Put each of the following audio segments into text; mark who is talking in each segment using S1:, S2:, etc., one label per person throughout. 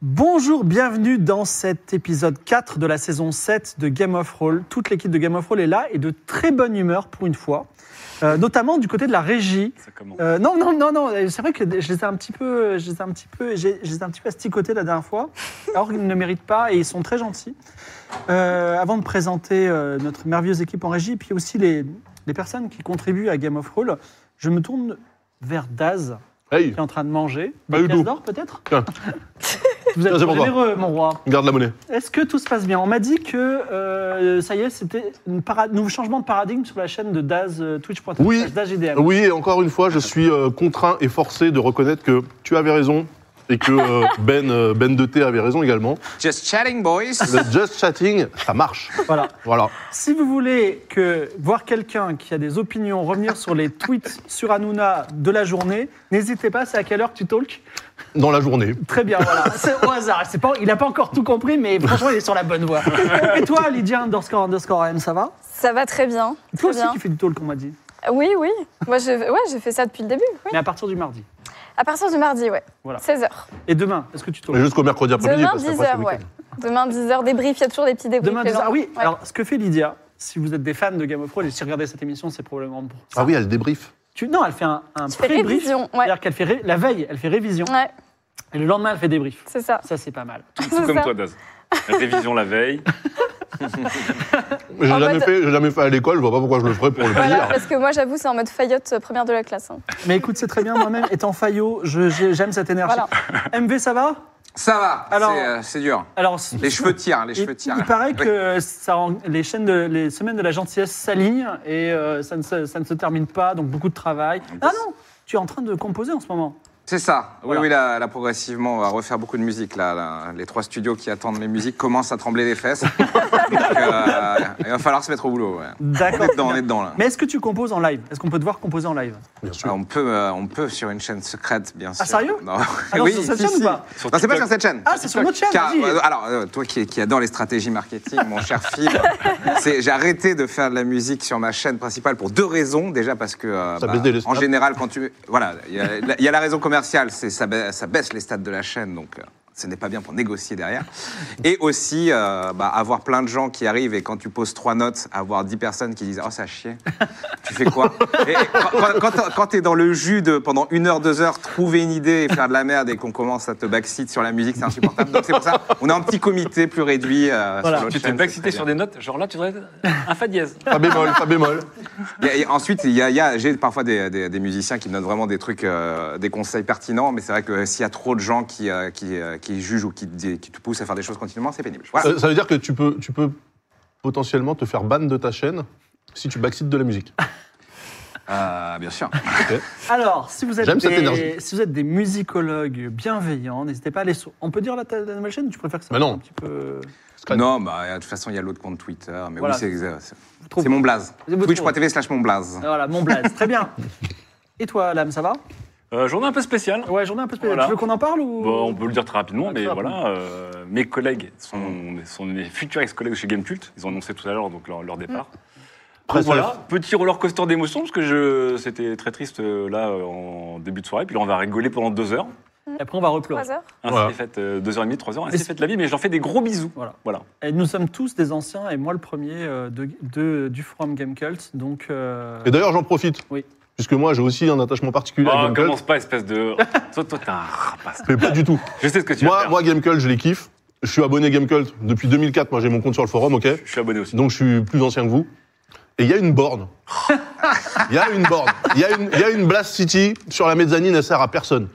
S1: Bonjour, bienvenue dans cet épisode 4 de la saison 7 de Game of Roll. Toute l'équipe de Game of Roll est là et de très bonne humeur pour une fois, Euh, notamment du côté de la régie.
S2: Ça commence.
S1: Euh, non, non, non, non. euh, C'est vrai que je les ai un petit peu, je les ai un petit peu, j'ai- je les ai un petit peu asticotés la dernière fois, alors qu'ils ne méritent pas et ils sont très gentils. Euh, avant de présenter euh, notre merveilleuse équipe en régie, et puis aussi les, les personnes qui contribuent à Game of Roll, je me tourne vers Daz,
S3: Hey,
S1: qui est en train de manger.
S3: Pas
S1: Des
S3: du
S1: pièces
S3: tout.
S1: d'or, peut-être
S3: Tiens.
S1: Vous êtes
S3: Tiens, c'est pour toi.
S1: généreux, mon roi.
S3: garde la monnaie.
S1: Est-ce que tout se passe bien On m'a dit que euh, ça y est, c'était un nouveau changement de paradigme sur la chaîne de Daz euh, twitch.tv.
S3: Oui. Ah
S1: Daz JDM.
S3: Oui, et encore une fois, je suis euh, contraint et forcé de reconnaître que tu avais raison et que euh, Ben, euh, ben de T avait raison également.
S4: Just chatting, boys.
S3: Le just chatting, ça marche.
S1: Voilà.
S3: Voilà.
S1: Si vous voulez que voir quelqu'un qui a des opinions revenir sur les tweets sur Hanouna de la journée, n'hésitez pas, c'est à quelle heure tu talks
S3: Dans la journée.
S1: Très bien, voilà. C'est au hasard. C'est pas, il n'a pas encore tout compris, mais franchement, il est sur la bonne voie. Et toi, Lydia underscore underscore AM, ça va
S5: Ça va très bien.
S1: Toi
S5: Très
S1: aussi
S5: bien.
S1: qui fais du talk, on m'a dit.
S5: Oui, oui. Moi, je, ouais, j'ai fait ça depuis le début. Oui.
S1: Mais à partir du mardi.
S5: À partir du mardi, ouais.
S1: Voilà.
S5: 16h.
S1: Et demain, est-ce que tu
S3: Mais
S1: talks
S3: jusqu'au mercredi après-midi.
S5: Demain,
S3: parce qu'après, c'est
S5: 10h,
S3: le
S5: ouais.
S3: week-end.
S5: Demain, 10h, débrief. Il y a toujours des petits débriefs.
S1: Demain,
S5: les
S1: 10
S5: gens.
S1: Ah oui,
S5: Ouais.
S1: alors ce que fait Lydia, si vous êtes des fans de Game of Thrones et si regardez cette émission, c'est probablement pour ça.
S3: Ah oui, elle débrief.
S1: Tu- non, elle fait un, un
S5: Tu fais
S1: pré-brief.
S5: révision, ouais.
S1: C'est-à-dire qu'elle fait ré- la veille, elle fait révision
S5: Ouais,
S1: et le lendemain, elle fait débrief.
S5: c'est ça.
S1: Ça, c'est pas mal.
S5: C'est
S2: Tout comme
S5: ça.
S2: toi, Daz. Révision la veille.
S3: J'ai
S5: En
S3: jamais,
S5: mode-
S3: fait, j'ai jamais fait à l'école, je vois pas pourquoi je le ferais pour le
S5: Voilà,
S3: plaisir.
S5: parce que moi, j'avoue, c'est en mode faillotte euh, première de la classe. hein.
S1: Mais écoute, c'est très bien, moi-même, étant faillot, je- j'ai- j'aime cette énergie.
S5: Voilà.
S1: MV, ça va
S4: Ça va.
S1: Alors-
S4: c'est, euh, c'est dur.
S1: Alors,
S4: Les cheveux tirent, les
S1: il,
S4: cheveux tirent.
S1: il paraît
S4: Oui.
S1: que ça, en- les, chaînes de, les semaines de la gentillesse s'alignent et euh, ça, ne se, ça ne se termine pas, donc beaucoup de travail. Ah non Tu es en train de composer en ce moment.
S4: C'est ça. Oui,
S1: Voilà.
S4: oui, là, là, progressivement, on va refaire beaucoup de musique. Là, là. Les trois studios qui attendent les musiques commencent à trembler les fesses. Donc, euh, il va falloir se mettre au boulot. ouais. On
S1: D'accord.
S4: est dedans, on est dedans là.
S1: Mais est-ce que tu composes en live Est-ce qu'on peut te voir composer en live
S3: Bien sûr.
S4: Ah, on, peut, euh, on peut sur une chaîne secrète, bien sûr.
S1: Ah, sérieux
S4: Non,
S1: Alors,
S4: Oui,
S1: sur cette
S4: si,
S1: chaîne
S4: si.
S1: ou pas
S2: Sur
S4: Non, c'est pas
S2: TikTok.
S4: sur cette chaîne.
S1: Ah, c'est sur une autre chaîne,
S4: Car-
S1: vas-y.
S4: euh, alors, euh, toi qui, qui adore les stratégies marketing, mon cher Phil, c'est- j'ai arrêté de faire de la musique sur ma chaîne principale pour deux raisons. Déjà parce que, euh,
S3: Ça baisse des- les
S4: en
S3: stats.
S4: général, quand tu... Voilà, il y, a- il y a la raison commerciale, c'est ça, ba- ça baisse les stats de la chaîne, donc... euh, ce n'est pas bien pour négocier derrière. Et aussi, euh, bah, avoir plein de gens qui arrivent et quand tu poses trois notes, avoir dix personnes qui disent Oh, ça chier. Tu fais quoi Et quand- Quand, quand t'es dans le jus de pendant une heure, deux heures, trouver une idée et faire de la merde et qu'on commence à te backseat sur la musique, c'est insupportable. Donc c'est pour ça, on est un petit comité plus réduit. euh,
S1: Voilà.
S4: sur l'autre
S2: Tu t'es
S4: chaîne,
S2: backcité
S4: c'est
S2: sur
S4: très
S2: des notes, genre là, tu devrais un fa dièse.
S3: Fa bémol, fa bémol.
S4: bien. Et- et ensuite, il y a, il y a- j'ai parfois des, des- des musiciens qui me donnent vraiment des trucs, euh, des conseils pertinents, mais c'est vrai que euh, s'il y a trop de gens qui, euh, qui, euh, qui jugent ou qui, te dis- qui te poussent à faire des choses continuellement, c'est pénible.
S5: Bah.
S4: Voilà.
S3: Euh, Ça veut dire que tu peux, tu peux potentiellement te faire ban de ta chaîne si tu backseat de la musique.
S4: Euh, bien sûr.
S1: Alors, si vous, êtes
S3: J'aime cette
S1: des,
S3: énergie.
S1: si vous êtes des musicologues bienveillants, n'hésitez pas à aller sur. On peut dire la, ta- la nouvelle chaîne Tu préfères que ça
S3: Bah
S1: soit
S3: non.
S1: un petit peu.
S3: Pas de-
S4: Non, bah, de toute façon, il y a l'autre compte Twitter, mais
S1: Voilà.
S4: oui, c'est- c'est
S1: trouvez.
S4: c'est mon blaze.
S1: Vous trouvez.
S4: Twitch.tv slash mon blaze.
S1: Ah, Voilà, mon blaze. Très bien. Et toi, Lame, ça va
S2: Euh, journée un peu spéciale.
S1: Ouais, journée un peu spéciale.
S2: Voilà.
S1: Tu veux qu'on en parle ou
S2: Bon, on peut le dire très rapidement, mais
S1: Très
S2: voilà, euh, mes collègues sont, sont mes futurs ex-collègues chez Gamecult. Ils ont annoncé tout à l'heure donc leur, leur départ.
S5: Mm.
S2: Donc
S3: Presse
S2: Ah, voilà, petit roller coaster d'émotion parce que je c'était très triste euh, là euh, en début de soirée. Puis là, on va rigoler pendant deux heures.
S1: Et Après, on va replonger.
S5: 3h.
S2: Ainsi
S3: Voilà.
S2: est faite euh, deux heures et demie, trois heures.
S1: Mais
S2: Ainsi est
S1: c'est-
S2: faite la vie, mais j'en fais des gros bisous.
S1: Voilà.
S2: Voilà.
S1: Et nous sommes tous des anciens, et moi le premier euh, de, de- du From Game Cult. Donc, euh,
S3: Et d'ailleurs, j'en profite.
S1: Oui.
S3: Puisque moi, j'ai aussi un attachement particulier à
S2: Ah,
S3: Game Cult.
S2: commence pas, espèce de. toi, toi, t'es un rapace.
S3: Mais pas du tout.
S2: Je sais ce que tu vas
S3: Moi,
S2: faire.
S3: moi Gamecult, je les kiffe. Je suis abonné Gamecult depuis 2004. Moi, j'ai mon compte sur le forum, ok
S2: je suis abonné aussi.
S3: Donc, je suis plus ancien que vous. Et il y a une borne Il y a une borne. Il y, a une- il y a une Blast City sur la mezzanine, elle sert à personne.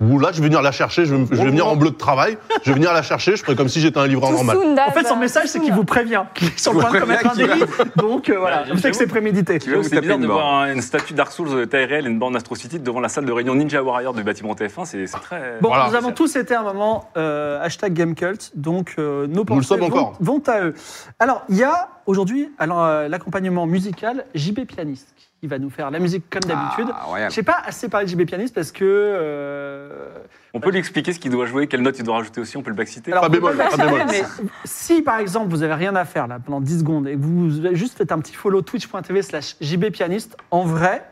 S3: Ou là, je vais venir la chercher, je vais, je vais venir en bleu de travail, je vais venir la chercher, je ferai comme si j'étais un livreur normal.
S1: En
S6: Ah
S1: fait,
S6: bah,
S1: son message, c'est qu'il vous prévient qu'il est sur le point de commettre un délit. Donc euh, voilà,
S2: Ouais,
S1: vous savez que c'est prémédité.
S2: Tu vois,
S4: vous
S2: c'est
S4: tapez
S2: bizarre
S4: une
S2: de
S4: borne.
S2: voir un- une statue Dark Souls TRL et une borne Astro City devant la salle de réunion Ninja Warrior du bâtiment TF1, c'est c'est très...
S1: Bon,
S3: Voilà.
S1: nous avons tous été à un moment euh, hashtag GameCult, donc euh, nos
S3: le
S1: pensées
S3: sommes
S1: vont,
S3: encore.
S1: vont à eux. Alors, il y a aujourd'hui alors, euh, l'accompagnement musical JB Pianiste qui va nous faire la musique comme d'habitude.
S4: Ah, royal.
S1: Je sais pas assez parlé de JB Pianiste parce que... euh,
S2: On peut lui expliquer ce qu'il doit jouer, quelle note il doit rajouter aussi, on peut le backciter.
S1: alors,
S3: Pas bémol, pas bémol.
S1: mais si par exemple vous avez rien à faire là pendant 10 secondes et que vous juste faites un petit follow twitch.tv slash JB Pianiste, en vrai,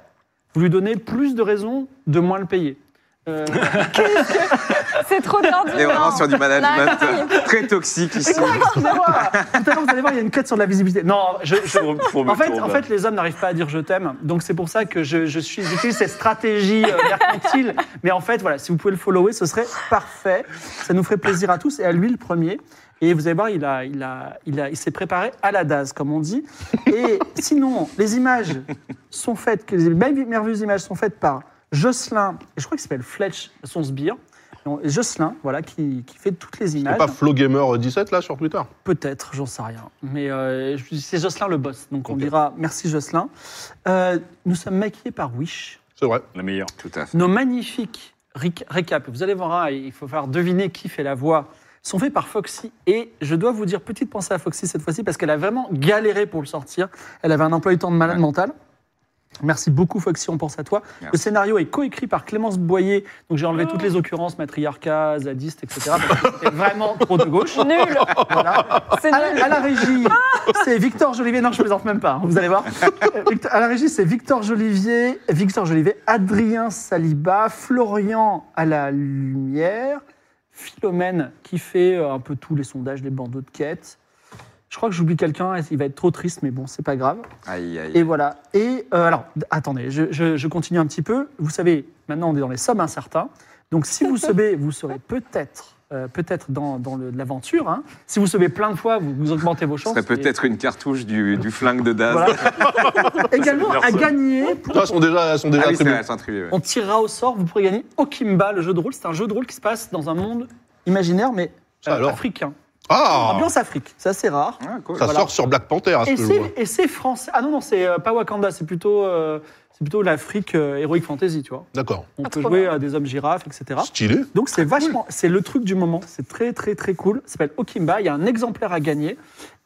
S1: vous lui donnez plus de raisons de moins le payer. Euh,
S5: C'est trop tard.
S4: On est vraiment sur du management
S5: Non, non,
S4: très toxique ici.
S1: c'est correct, vous allez voir. Tout à l'heure, vous allez voir, il y a une quête sur de la visibilité. Non, je, je-
S2: Pour- pour me
S1: En fait,
S2: tourner.
S1: en fait, les hommes n'arrivent pas à dire je t'aime, donc c'est pour ça que je, je suis j'utilise cette stratégie euh, mercantile. Mais en fait, voilà, si vous pouvez le follower, ce serait parfait. Ça nous ferait plaisir à tous et à lui le premier. Et vous allez voir, il a, il a, il a, il s'est préparé à la DAS, comme on dit. Et sinon, les images sont faites, que les merve- merveilleuses images sont faites par Jocelyn, et je crois qu'il s'appelle Fletch, son sbire. Non, Jocelyn, voilà, qui, qui fait toutes les
S3: C'est
S1: images.
S3: pas FlowGamer17 là sur Twitter
S1: Peut-être, j'en sais rien. Mais euh, je- c'est Jocelyn le boss, donc on
S3: Ok.
S1: dira merci Jocelyn. Euh, nous sommes maquillés par Wish.
S3: C'est vrai.
S2: La meilleure.
S4: Tout à fait.
S1: Nos magnifiques ric- récaps, vous allez voir, un, il faut faire deviner qui fait la voix, sont faits par Foxy. Et je dois vous dire, petite pensée à Foxy cette fois-ci, parce qu'elle a vraiment galéré pour le sortir. Elle avait un emploi du temps de malade
S4: Ouais.
S1: mental. Merci beaucoup Foxy, on pense à toi. Le
S4: Merci.
S1: scénario est coécrit par Clémence Boyer, donc j'ai enlevé toutes les occurrences, matriarcat, zadiste, etc. parce que c'était vraiment trop de gauche.
S5: non, nul.
S1: Voilà.
S5: C'est
S1: À la, à
S5: nul. Ah
S1: la régie, c'est Victor Jolivier. Non, je plaisante même pas. hein, Vous allez voir. Euh, Victor- à la régie, c'est Victor Jolivier, Victor Jolivier, Adrien Saliba, Florian à la lumière, Philomène qui fait euh, un peu tous les sondages, les bandeaux de quête. Je crois que j'oublie quelqu'un. Il va être trop triste, mais bon, c'est pas grave.
S4: Aïe, aïe.
S1: Et voilà. Et euh, alors, d- attendez, je, je- je continue un petit peu. Vous savez, maintenant on est dans les sommes incertains. Donc si vous sauvez, vous serez peut-être euh, peut-être dans, dans le- de l'aventure. hein. Si vous sauvez plein de fois, vous, vous augmentez vos
S4: Ce
S1: chances.
S4: serait peut-être une cartouche du, du flingue de
S1: Et
S4: Daz. Ah
S1: voilà. Également,
S2: Ça veut dire
S1: à
S2: ça.
S1: gagner,
S3: Putain, elles sont déjà, elles sont
S4: Ah
S3: déjà
S4: oui, c'est
S3: attribuées.
S4: vrai, c'est un tribu, ouais.
S1: on tirera au sort, vous pourrez gagner Okimba, le jeu de rôle. C'est un jeu de rôle qui se passe dans un monde imaginaire, mais
S3: Ça
S1: euh,
S3: alors.
S1: africain.
S3: Ah
S1: Ambiance Afrique, c'est assez rare.
S4: Ah, cool.
S3: Ça
S1: Voilà.
S3: sort sur Black Panther à ce
S1: Et
S3: que je vois.
S1: c'est, et c'est français. Ah non, non, c'est euh, pas Wakanda, c'est plutôt, euh, c'est plutôt l'Afrique euh, Heroic Fantasy, tu vois.
S3: D'accord.
S1: On
S5: Ah,
S1: peut
S5: trop
S1: jouer
S5: bien. Ah,
S1: à des hommes girafes, etc.
S3: Stylé.
S1: Donc c'est vachement, c'est le truc du moment. C'est très très très cool. Ça s'appelle Okimba. Il y a un exemplaire à gagner.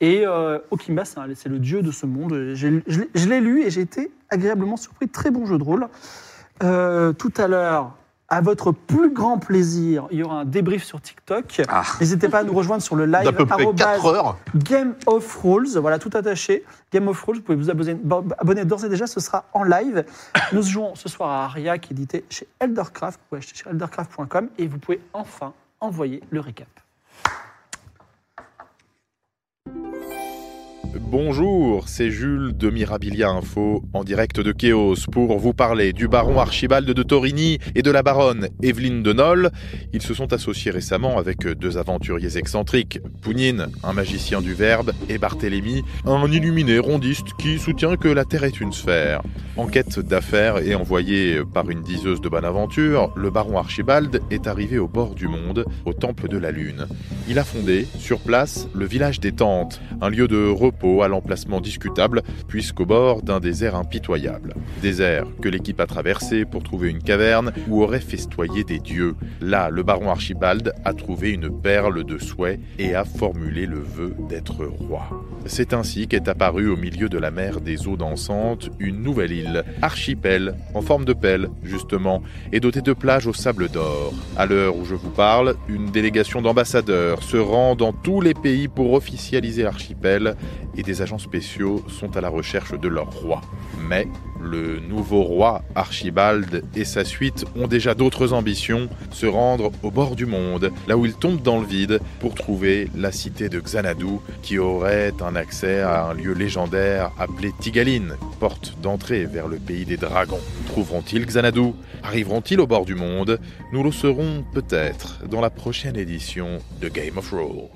S1: Et euh, Okimba, c'est un- c'est le dieu de ce monde. J'ai- Je l'ai- je l'ai lu et j'ai été agréablement surpris. Très bon jeu de rôle. Euh, tout à l'heure, à votre plus grand plaisir, il y aura un débrief sur TikTok.
S4: Ah.
S1: N'hésitez pas à nous rejoindre sur le
S3: D'à
S1: live
S3: peu près
S1: arrobase
S3: 4 heures.
S1: Game of Rules. Voilà, tout attaché. Game of Rules. Vous pouvez vous abonner, bo- abonner d'ores et déjà. Ce sera en live. Nous jouons ce soir à Aria, qui est édité chez Eldercraft. Vous pouvez acheter chez eldercraft.com et vous pouvez enfin envoyer le récap.
S7: Bonjour, c'est Jules de Mirabilia Info en direct de Chaos pour vous parler du baron Archibald de Torini et de la baronne Evelyne de Nol. Ils se sont associés récemment avec deux aventuriers excentriques, Pounine, un magicien du verbe, et Barthélemy, un illuminé rondiste qui soutient que la Terre est une sphère. En quête d'affaires et envoyé par une diseuse de bonne aventure, le baron Archibald est arrivé au bord du monde, au temple de la Lune. Il a fondé, sur place, le village des tentes un lieu de repos à l'emplacement discutable, puisqu'au bord d'un désert impitoyable. Désert que l'équipe a traversé pour trouver une caverne où aurait festoyé des dieux. Là, le baron Archibald a trouvé une perle de souhait et a formulé le vœu d'être roi. C'est ainsi qu'est apparue au milieu de la mer des eaux dansantes une nouvelle île, archipel, en forme de pelle, justement, et dotée de plages au sable d'or. À l'heure où je vous parle, une délégation d'ambassadeurs se rend dans tous les pays pour officialiser l'archipel et des agents spéciaux sont à la recherche de leur roi. Mais le nouveau roi Archibald et sa suite ont déjà d'autres ambitions, se rendre au bord du monde, là où ils tombent dans le vide pour trouver la cité de Xanadu qui aurait un accès à un lieu légendaire appelé Tigaline, porte d'entrée vers le pays des dragons. Trouveront-ils Xanadu Arriveront-ils au bord du monde Nous le saurons peut-être dans la prochaine édition de Game of Roll.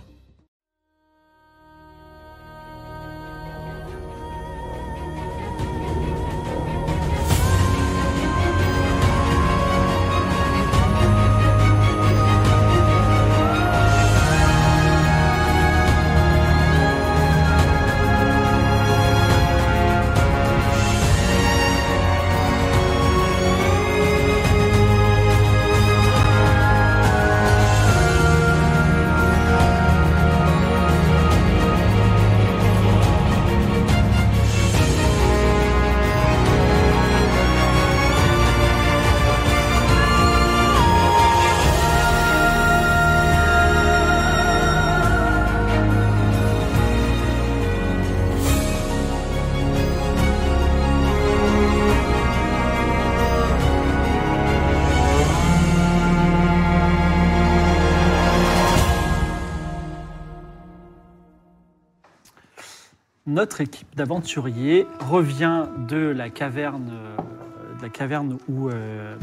S1: notre équipe d'aventuriers revient de la caverne, euh, de la caverne où, euh,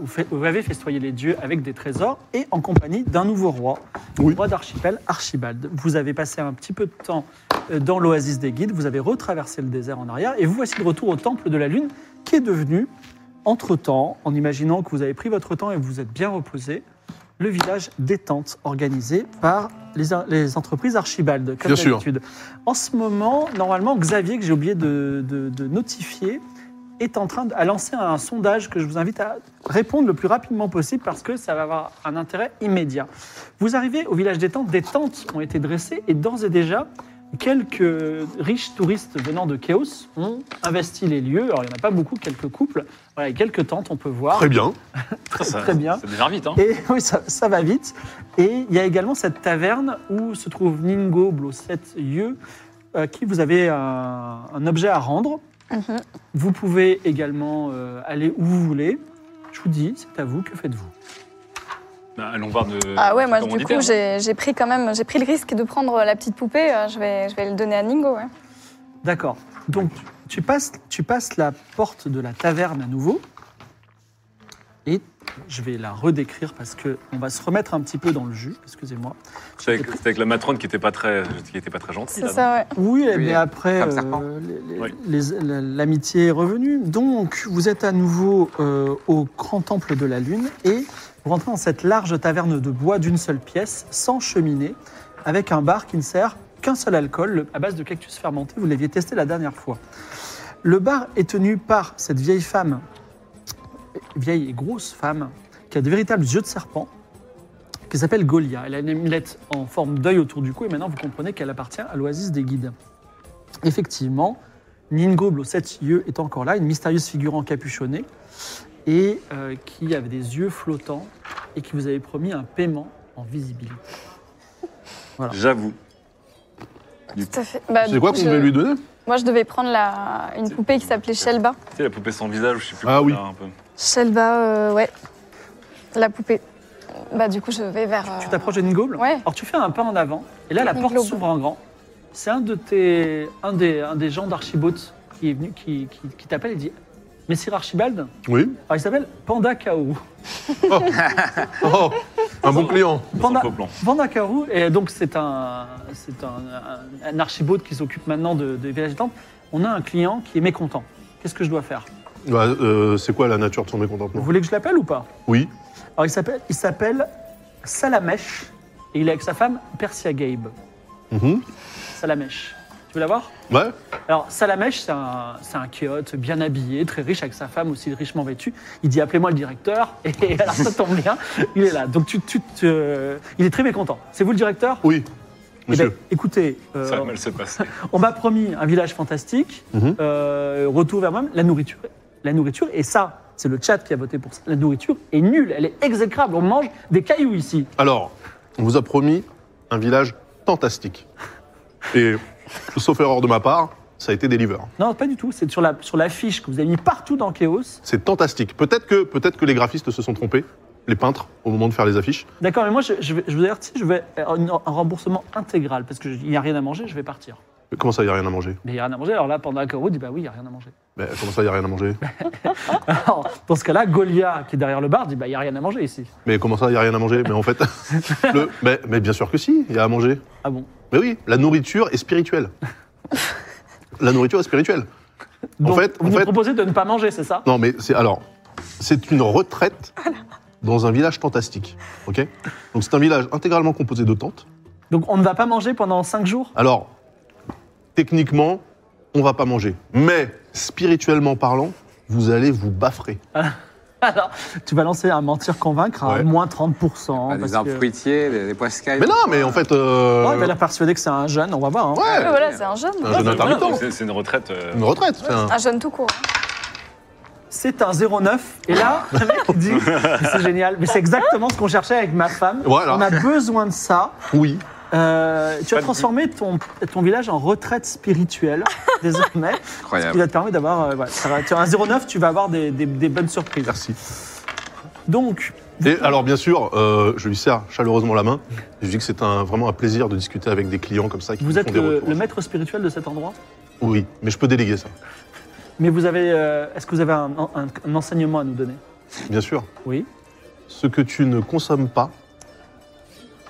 S1: où fait- où avaient festoyé les dieux avec des trésors et en compagnie d'un nouveau roi, le roi d'archipel, Archibald. Vous avez passé un petit peu de temps euh, dans l'oasis des guides, vous avez retraversé le désert en arrière et vous voici de retour au temple de la lune qui est devenu, entre-temps, en imaginant que vous avez pris votre temps et que vous êtes bien reposé, le village détente organisé par les, les entreprises Archibald, comme
S3: Bien sûr.
S1: d'habitude. En ce moment, normalement, Xavier, que j'ai oublié de, de- de notifier, est en train de à lancer un sondage que je vous invite à répondre le plus rapidement possible parce que ça va avoir un intérêt immédiat. Vous arrivez au village des tentes, des tentes ont été dressées et d'ores et déjà, quelques riches touristes venant de Chaos ont investi les lieux. Alors, il n'y en a pas beaucoup, quelques couples. Voilà, et quelques tentes, on peut voir.
S3: Très bien.
S1: Très,
S2: Ça-
S1: très bien.
S2: Ça devient vite, hein.
S1: Et oui, ça, ça va vite. Et il y a également cette taverne où se trouve Ningo Blosset Yeux, à qui vous avez un, un objet à rendre. Vous pouvez également euh, aller où vous voulez. Je vous dis, c'est à vous, que faites-vous
S2: Bah, allons voir de.
S6: Ah ouais, moi
S2: de
S6: du
S2: commanditaire.
S1: hein.
S6: coup j'ai j'ai pris quand même j'ai pris le risque de prendre la petite poupée. euh, Je vais je vais le donner à Ningo. Ouais.
S1: D'accord. Donc, tu passes, tu passes la porte de la taverne à nouveau. Et je vais la redécrire parce que on va se remettre un petit peu dans le jus. Excusez-moi.
S2: C'était avec, c'était avec la matrone qui était pas très, qui était pas très gentille.
S6: C'est
S2: là,
S6: ça ouais.
S1: Oui,
S4: Oui,
S1: mais après,
S4: femme serpent.
S1: euh, les- les-
S2: Oui.
S1: les- la- l'amitié est revenue. Donc, vous êtes à nouveau euh, au grand temple de la Lune et vous rentrez dans cette large taverne de bois d'une seule pièce, sans cheminée, avec un bar qui ne sert qu'un seul alcool, le- à base de cactus fermenté. Vous l'aviez testé la dernière fois. Le bar est tenu par cette vieille femme, vieille et grosse femme, qui a de véritables yeux de serpent, qui s'appelle Golia. Elle a une amulette en forme d'œil autour du cou et maintenant vous comprenez qu'elle appartient à l'oasis des guides. Effectivement, Ningo aux sept yeux est encore là, une mystérieuse figure encapuchonnée et euh, qui avait des yeux flottants et qui vous avait promis un paiement en visibilité.
S2: J'avoue.
S6: Tout à fait. Bah,
S3: C'est quoi qu'on
S6: je-
S3: devait lui donner
S6: Moi je devais prendre la une poupée qui s'appelait Shelba.
S2: Tu sais, la poupée sans visage, je sais plus.
S3: Ah
S2: quoi,
S3: oui.
S2: là, un peu.
S6: Shelba euh, ouais. La poupée. Bah du coup je vais vers.
S1: Tu
S6: euh,
S1: t'approches de Ningoble
S6: Ouais.
S1: Alors tu fais un pas en avant et là la
S6: Une
S1: porte
S6: globe.
S1: s'ouvre en grand. C'est un de tes, un des, un des gens d'Archibald qui est venu, qui, qui- qui t'appelle et dit Messire Archibald.
S3: Oui.
S1: Alors il s'appelle Panda Kao.
S3: Oh, un bon client.
S2: Ça sent
S1: Panda,
S2: le faux plan.
S1: Panda Karu, et donc c'est un, c'est un, un, un archibaud qui s'occupe maintenant de, de Village des Temples. On a un client qui est mécontent. Qu'est-ce que je dois faire
S3: Bah, euh, c'est quoi la nature de son
S1: Vous
S3: mécontentement
S1: voulez que je l'appelle ou pas
S3: Oui.
S1: Alors il s'appelle, il s'appelle Salamèche et il est avec sa femme Persia Gabe.
S3: Mhm.
S1: Salamèche. Tu veux la voir
S3: Ouais.
S1: Alors Salamèche, c'est un, c'est un kéote bien habillé, très riche avec sa femme aussi richement vêtue. Il dit appelez-moi le directeur et alors ça tombe bien, il est là. Donc tu, tu, tu- euh, il est très mécontent. C'est vous le directeur
S3: Oui.
S1: Eh ben,
S3: Monsieur.
S1: écoutez, euh,
S2: Ça va mal se passer.
S1: On m'a promis un village fantastique.
S3: Mhm.
S1: Euh, retour vers moi-même. La nourriture, la nourriture, et ça, c'est le chat qui a voté pour ça. La nourriture est nulle, elle est exécrable. On mange des cailloux ici.
S3: Alors, on vous a promis un village fantastique. Et, sauf erreur de ma part, ça a été Deliver.
S1: Non, pas du tout. C'est sur la sur l'affiche que vous avez mis partout dans Chaos.
S3: C'est fantastique. Peut-être que, peut-être que les graphistes se sont trompés, les peintres, au moment de faire les affiches.
S1: D'accord, mais moi, je, je vais- je vous avertis, je vais un, un remboursement intégral parce que je- il n'y a rien à manger. Je vais partir.
S3: Comment ça, il n'y a rien à manger
S1: Mais il n'y a rien à manger. Alors là, pendant Caro dit bah oui, il n'y a rien à manger.
S3: Ben, Comment ça, il n'y a rien à manger
S1: Alors, dans ce cas-là, Golia qui est derrière le bar dit bah il n'y a rien à manger ici.
S3: Mais comment ça, il n'y a rien à manger Mais en fait, le- mais, mais bien sûr que si, il y a à manger.
S1: Ah bon.
S3: Mais oui, la nourriture est spirituelle. la nourriture est spirituelle.
S1: Donc,
S3: fait-
S1: vous
S3: en
S1: nous
S3: fait-
S1: proposez de ne pas manger, c'est ça
S3: Non, mais c'est alors, c'est une retraite dans un village fantastique. Ok Donc c'est un village intégralement composé de tentes.
S1: Donc on ne va pas manger pendant 5 jours
S3: Alors, techniquement, on va pas manger, mais spirituellement parlant, vous allez vous baffrer.
S1: Ah, Alors, tu vas lancer un mentir convaincre à
S3: Ouais.
S1: moins 30%.
S4: Bah,
S1: parce
S4: des arbres
S1: que-
S4: fruitiers, des, des poiscailles.
S3: Mais non, mais en fait, euh,
S1: Ouais, il va l'air persuadé que c'est un jeune, on va voir. hein.
S6: ouais,
S3: ouais,
S6: Ah, voilà c'est un jeune.
S3: Un jeune intermittent.
S2: C'est- C'est une retraite. euh,
S3: une retraite. c'est un-
S6: Un jeune tout court. hein.
S1: C'est un 09. Et là, le mec il dit c'est génial, mais c'est exactement ce qu'on cherchait avec ma femme.
S3: Voilà.
S1: On a besoin de ça.
S3: Oui.
S1: Euh, tu
S2: Pas
S1: as
S2: de
S1: transformé ton, ton village en retraite spirituelle désormais. Ce qui
S4: Incroyable.
S1: va te permettre d'avoir. euh, voilà, ça va- tu as un 09, tu vas avoir des, des- des bonnes surprises.
S3: Merci.
S1: Donc,
S3: Et alors, bien sûr, euh, je lui serre chaleureusement la main. Et je lui dis que c'est un, vraiment un plaisir de discuter avec des clients comme ça qui
S1: Vous
S3: nous
S1: êtes
S3: font des
S1: le,
S3: retours.
S1: le maître spirituel de cet endroit,
S3: Oui, mais je peux déléguer ça,
S1: mais vous avez, euh, est-ce que vous avez un, un- un enseignement à nous donner
S3: bien sûr.
S1: Oui.
S3: Ce que tu ne consommes pas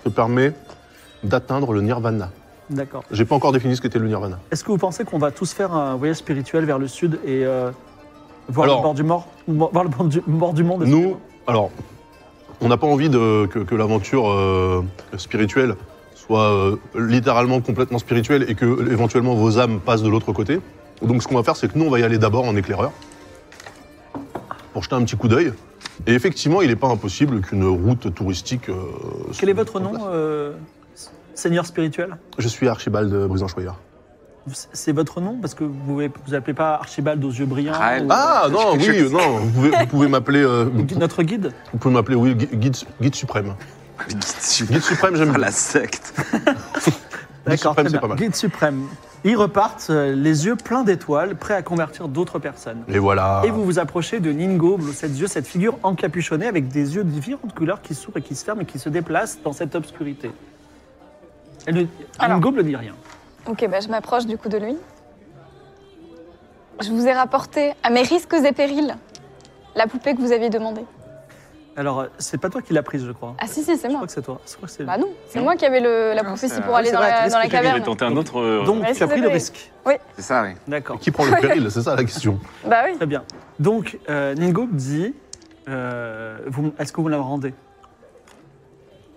S3: te permet d'atteindre le nirvana.
S1: D'accord.
S3: J'ai pas encore défini ce qu'était le nirvana.
S1: Est-ce que vous pensez qu'on va tous faire un voyage spirituel vers le sud et euh, voir
S3: Alors-
S1: le bord du mort, mo- voir le bord du, bord du monde
S3: Nous, alors, on n'a pas envie de- que, que l'aventure euh, spirituelle soit euh, littéralement complètement spirituelle et que euh, éventuellement vos âmes passent de l'autre côté. Donc ce qu'on va faire, c'est que nous, on va y aller d'abord en éclaireur pour jeter un petit coup d'œil. Et effectivement, il n'est pas impossible qu'une route touristique. euh, se
S1: Quel est
S3: mette
S1: votre
S3: en
S1: nom,
S3: place.
S1: euh, seigneur spirituel
S3: Je suis Archibald Brisan-Choyard.
S1: C'est votre nom parce que vous ne vous appelez pas Archibald aux yeux brillants.
S4: Raël.
S1: ou-
S3: Ah non, oui, euh, non, vous pouvez, vous pouvez m'appeler, euh,
S1: ou gui- notre guide.
S3: vous pouvez m'appeler, oui, gui- guide, guide suprême. Guide suprême, j'aime
S4: Ah,
S3: bien.
S4: la secte.
S3: Guide
S1: D'accord,
S3: suprême,
S1: très
S3: c'est
S1: bien.
S3: pas mal.
S1: Guide suprême. Ils repartent, euh, les yeux pleins d'étoiles, prêts à convertir d'autres personnes.
S3: Et voilà.
S1: Et vous vous approchez de Ningo, Blue Sept Yeux, cette figure encapuchonnée avec des yeux de différentes couleurs qui s'ouvrent et qui se ferment et qui se déplacent dans cette obscurité. Elle ne-
S6: Alors.
S1: Ningo ne dit rien.
S6: Ok, bah, je m'approche du coup de lui. Je vous ai rapporté, à mes risques et périls, la poupée que vous aviez demandée.
S1: Alors, euh, c'est pas toi qui l'as prise, je crois.
S6: Ah si, si, c'est
S1: Je crois
S6: moi.
S1: que c'est toi. Je crois que c'est- Hmm.
S6: Bah non, c'est moi qui avais le- la
S4: Non,
S6: prophétie
S4: c'est-
S6: pour aller
S1: c'est
S6: dans
S1: vrai,
S6: la,
S1: qu'est-ce
S6: dans
S1: que
S6: la
S1: j'ai dit,
S2: J'ai
S6: caverne.
S2: tenté un autre. euh,
S1: Donc,
S6: Ouais,
S1: tu as pris le
S6: désolé.
S1: risque.
S2: C'est ça, oui.
S1: D'accord.
S3: Qui prend le péril C'est ça la question.
S6: Bah oui.
S1: Très bien. Donc, euh, Ningo dit euh, vous- Est-ce que vous me la rendez Est-ce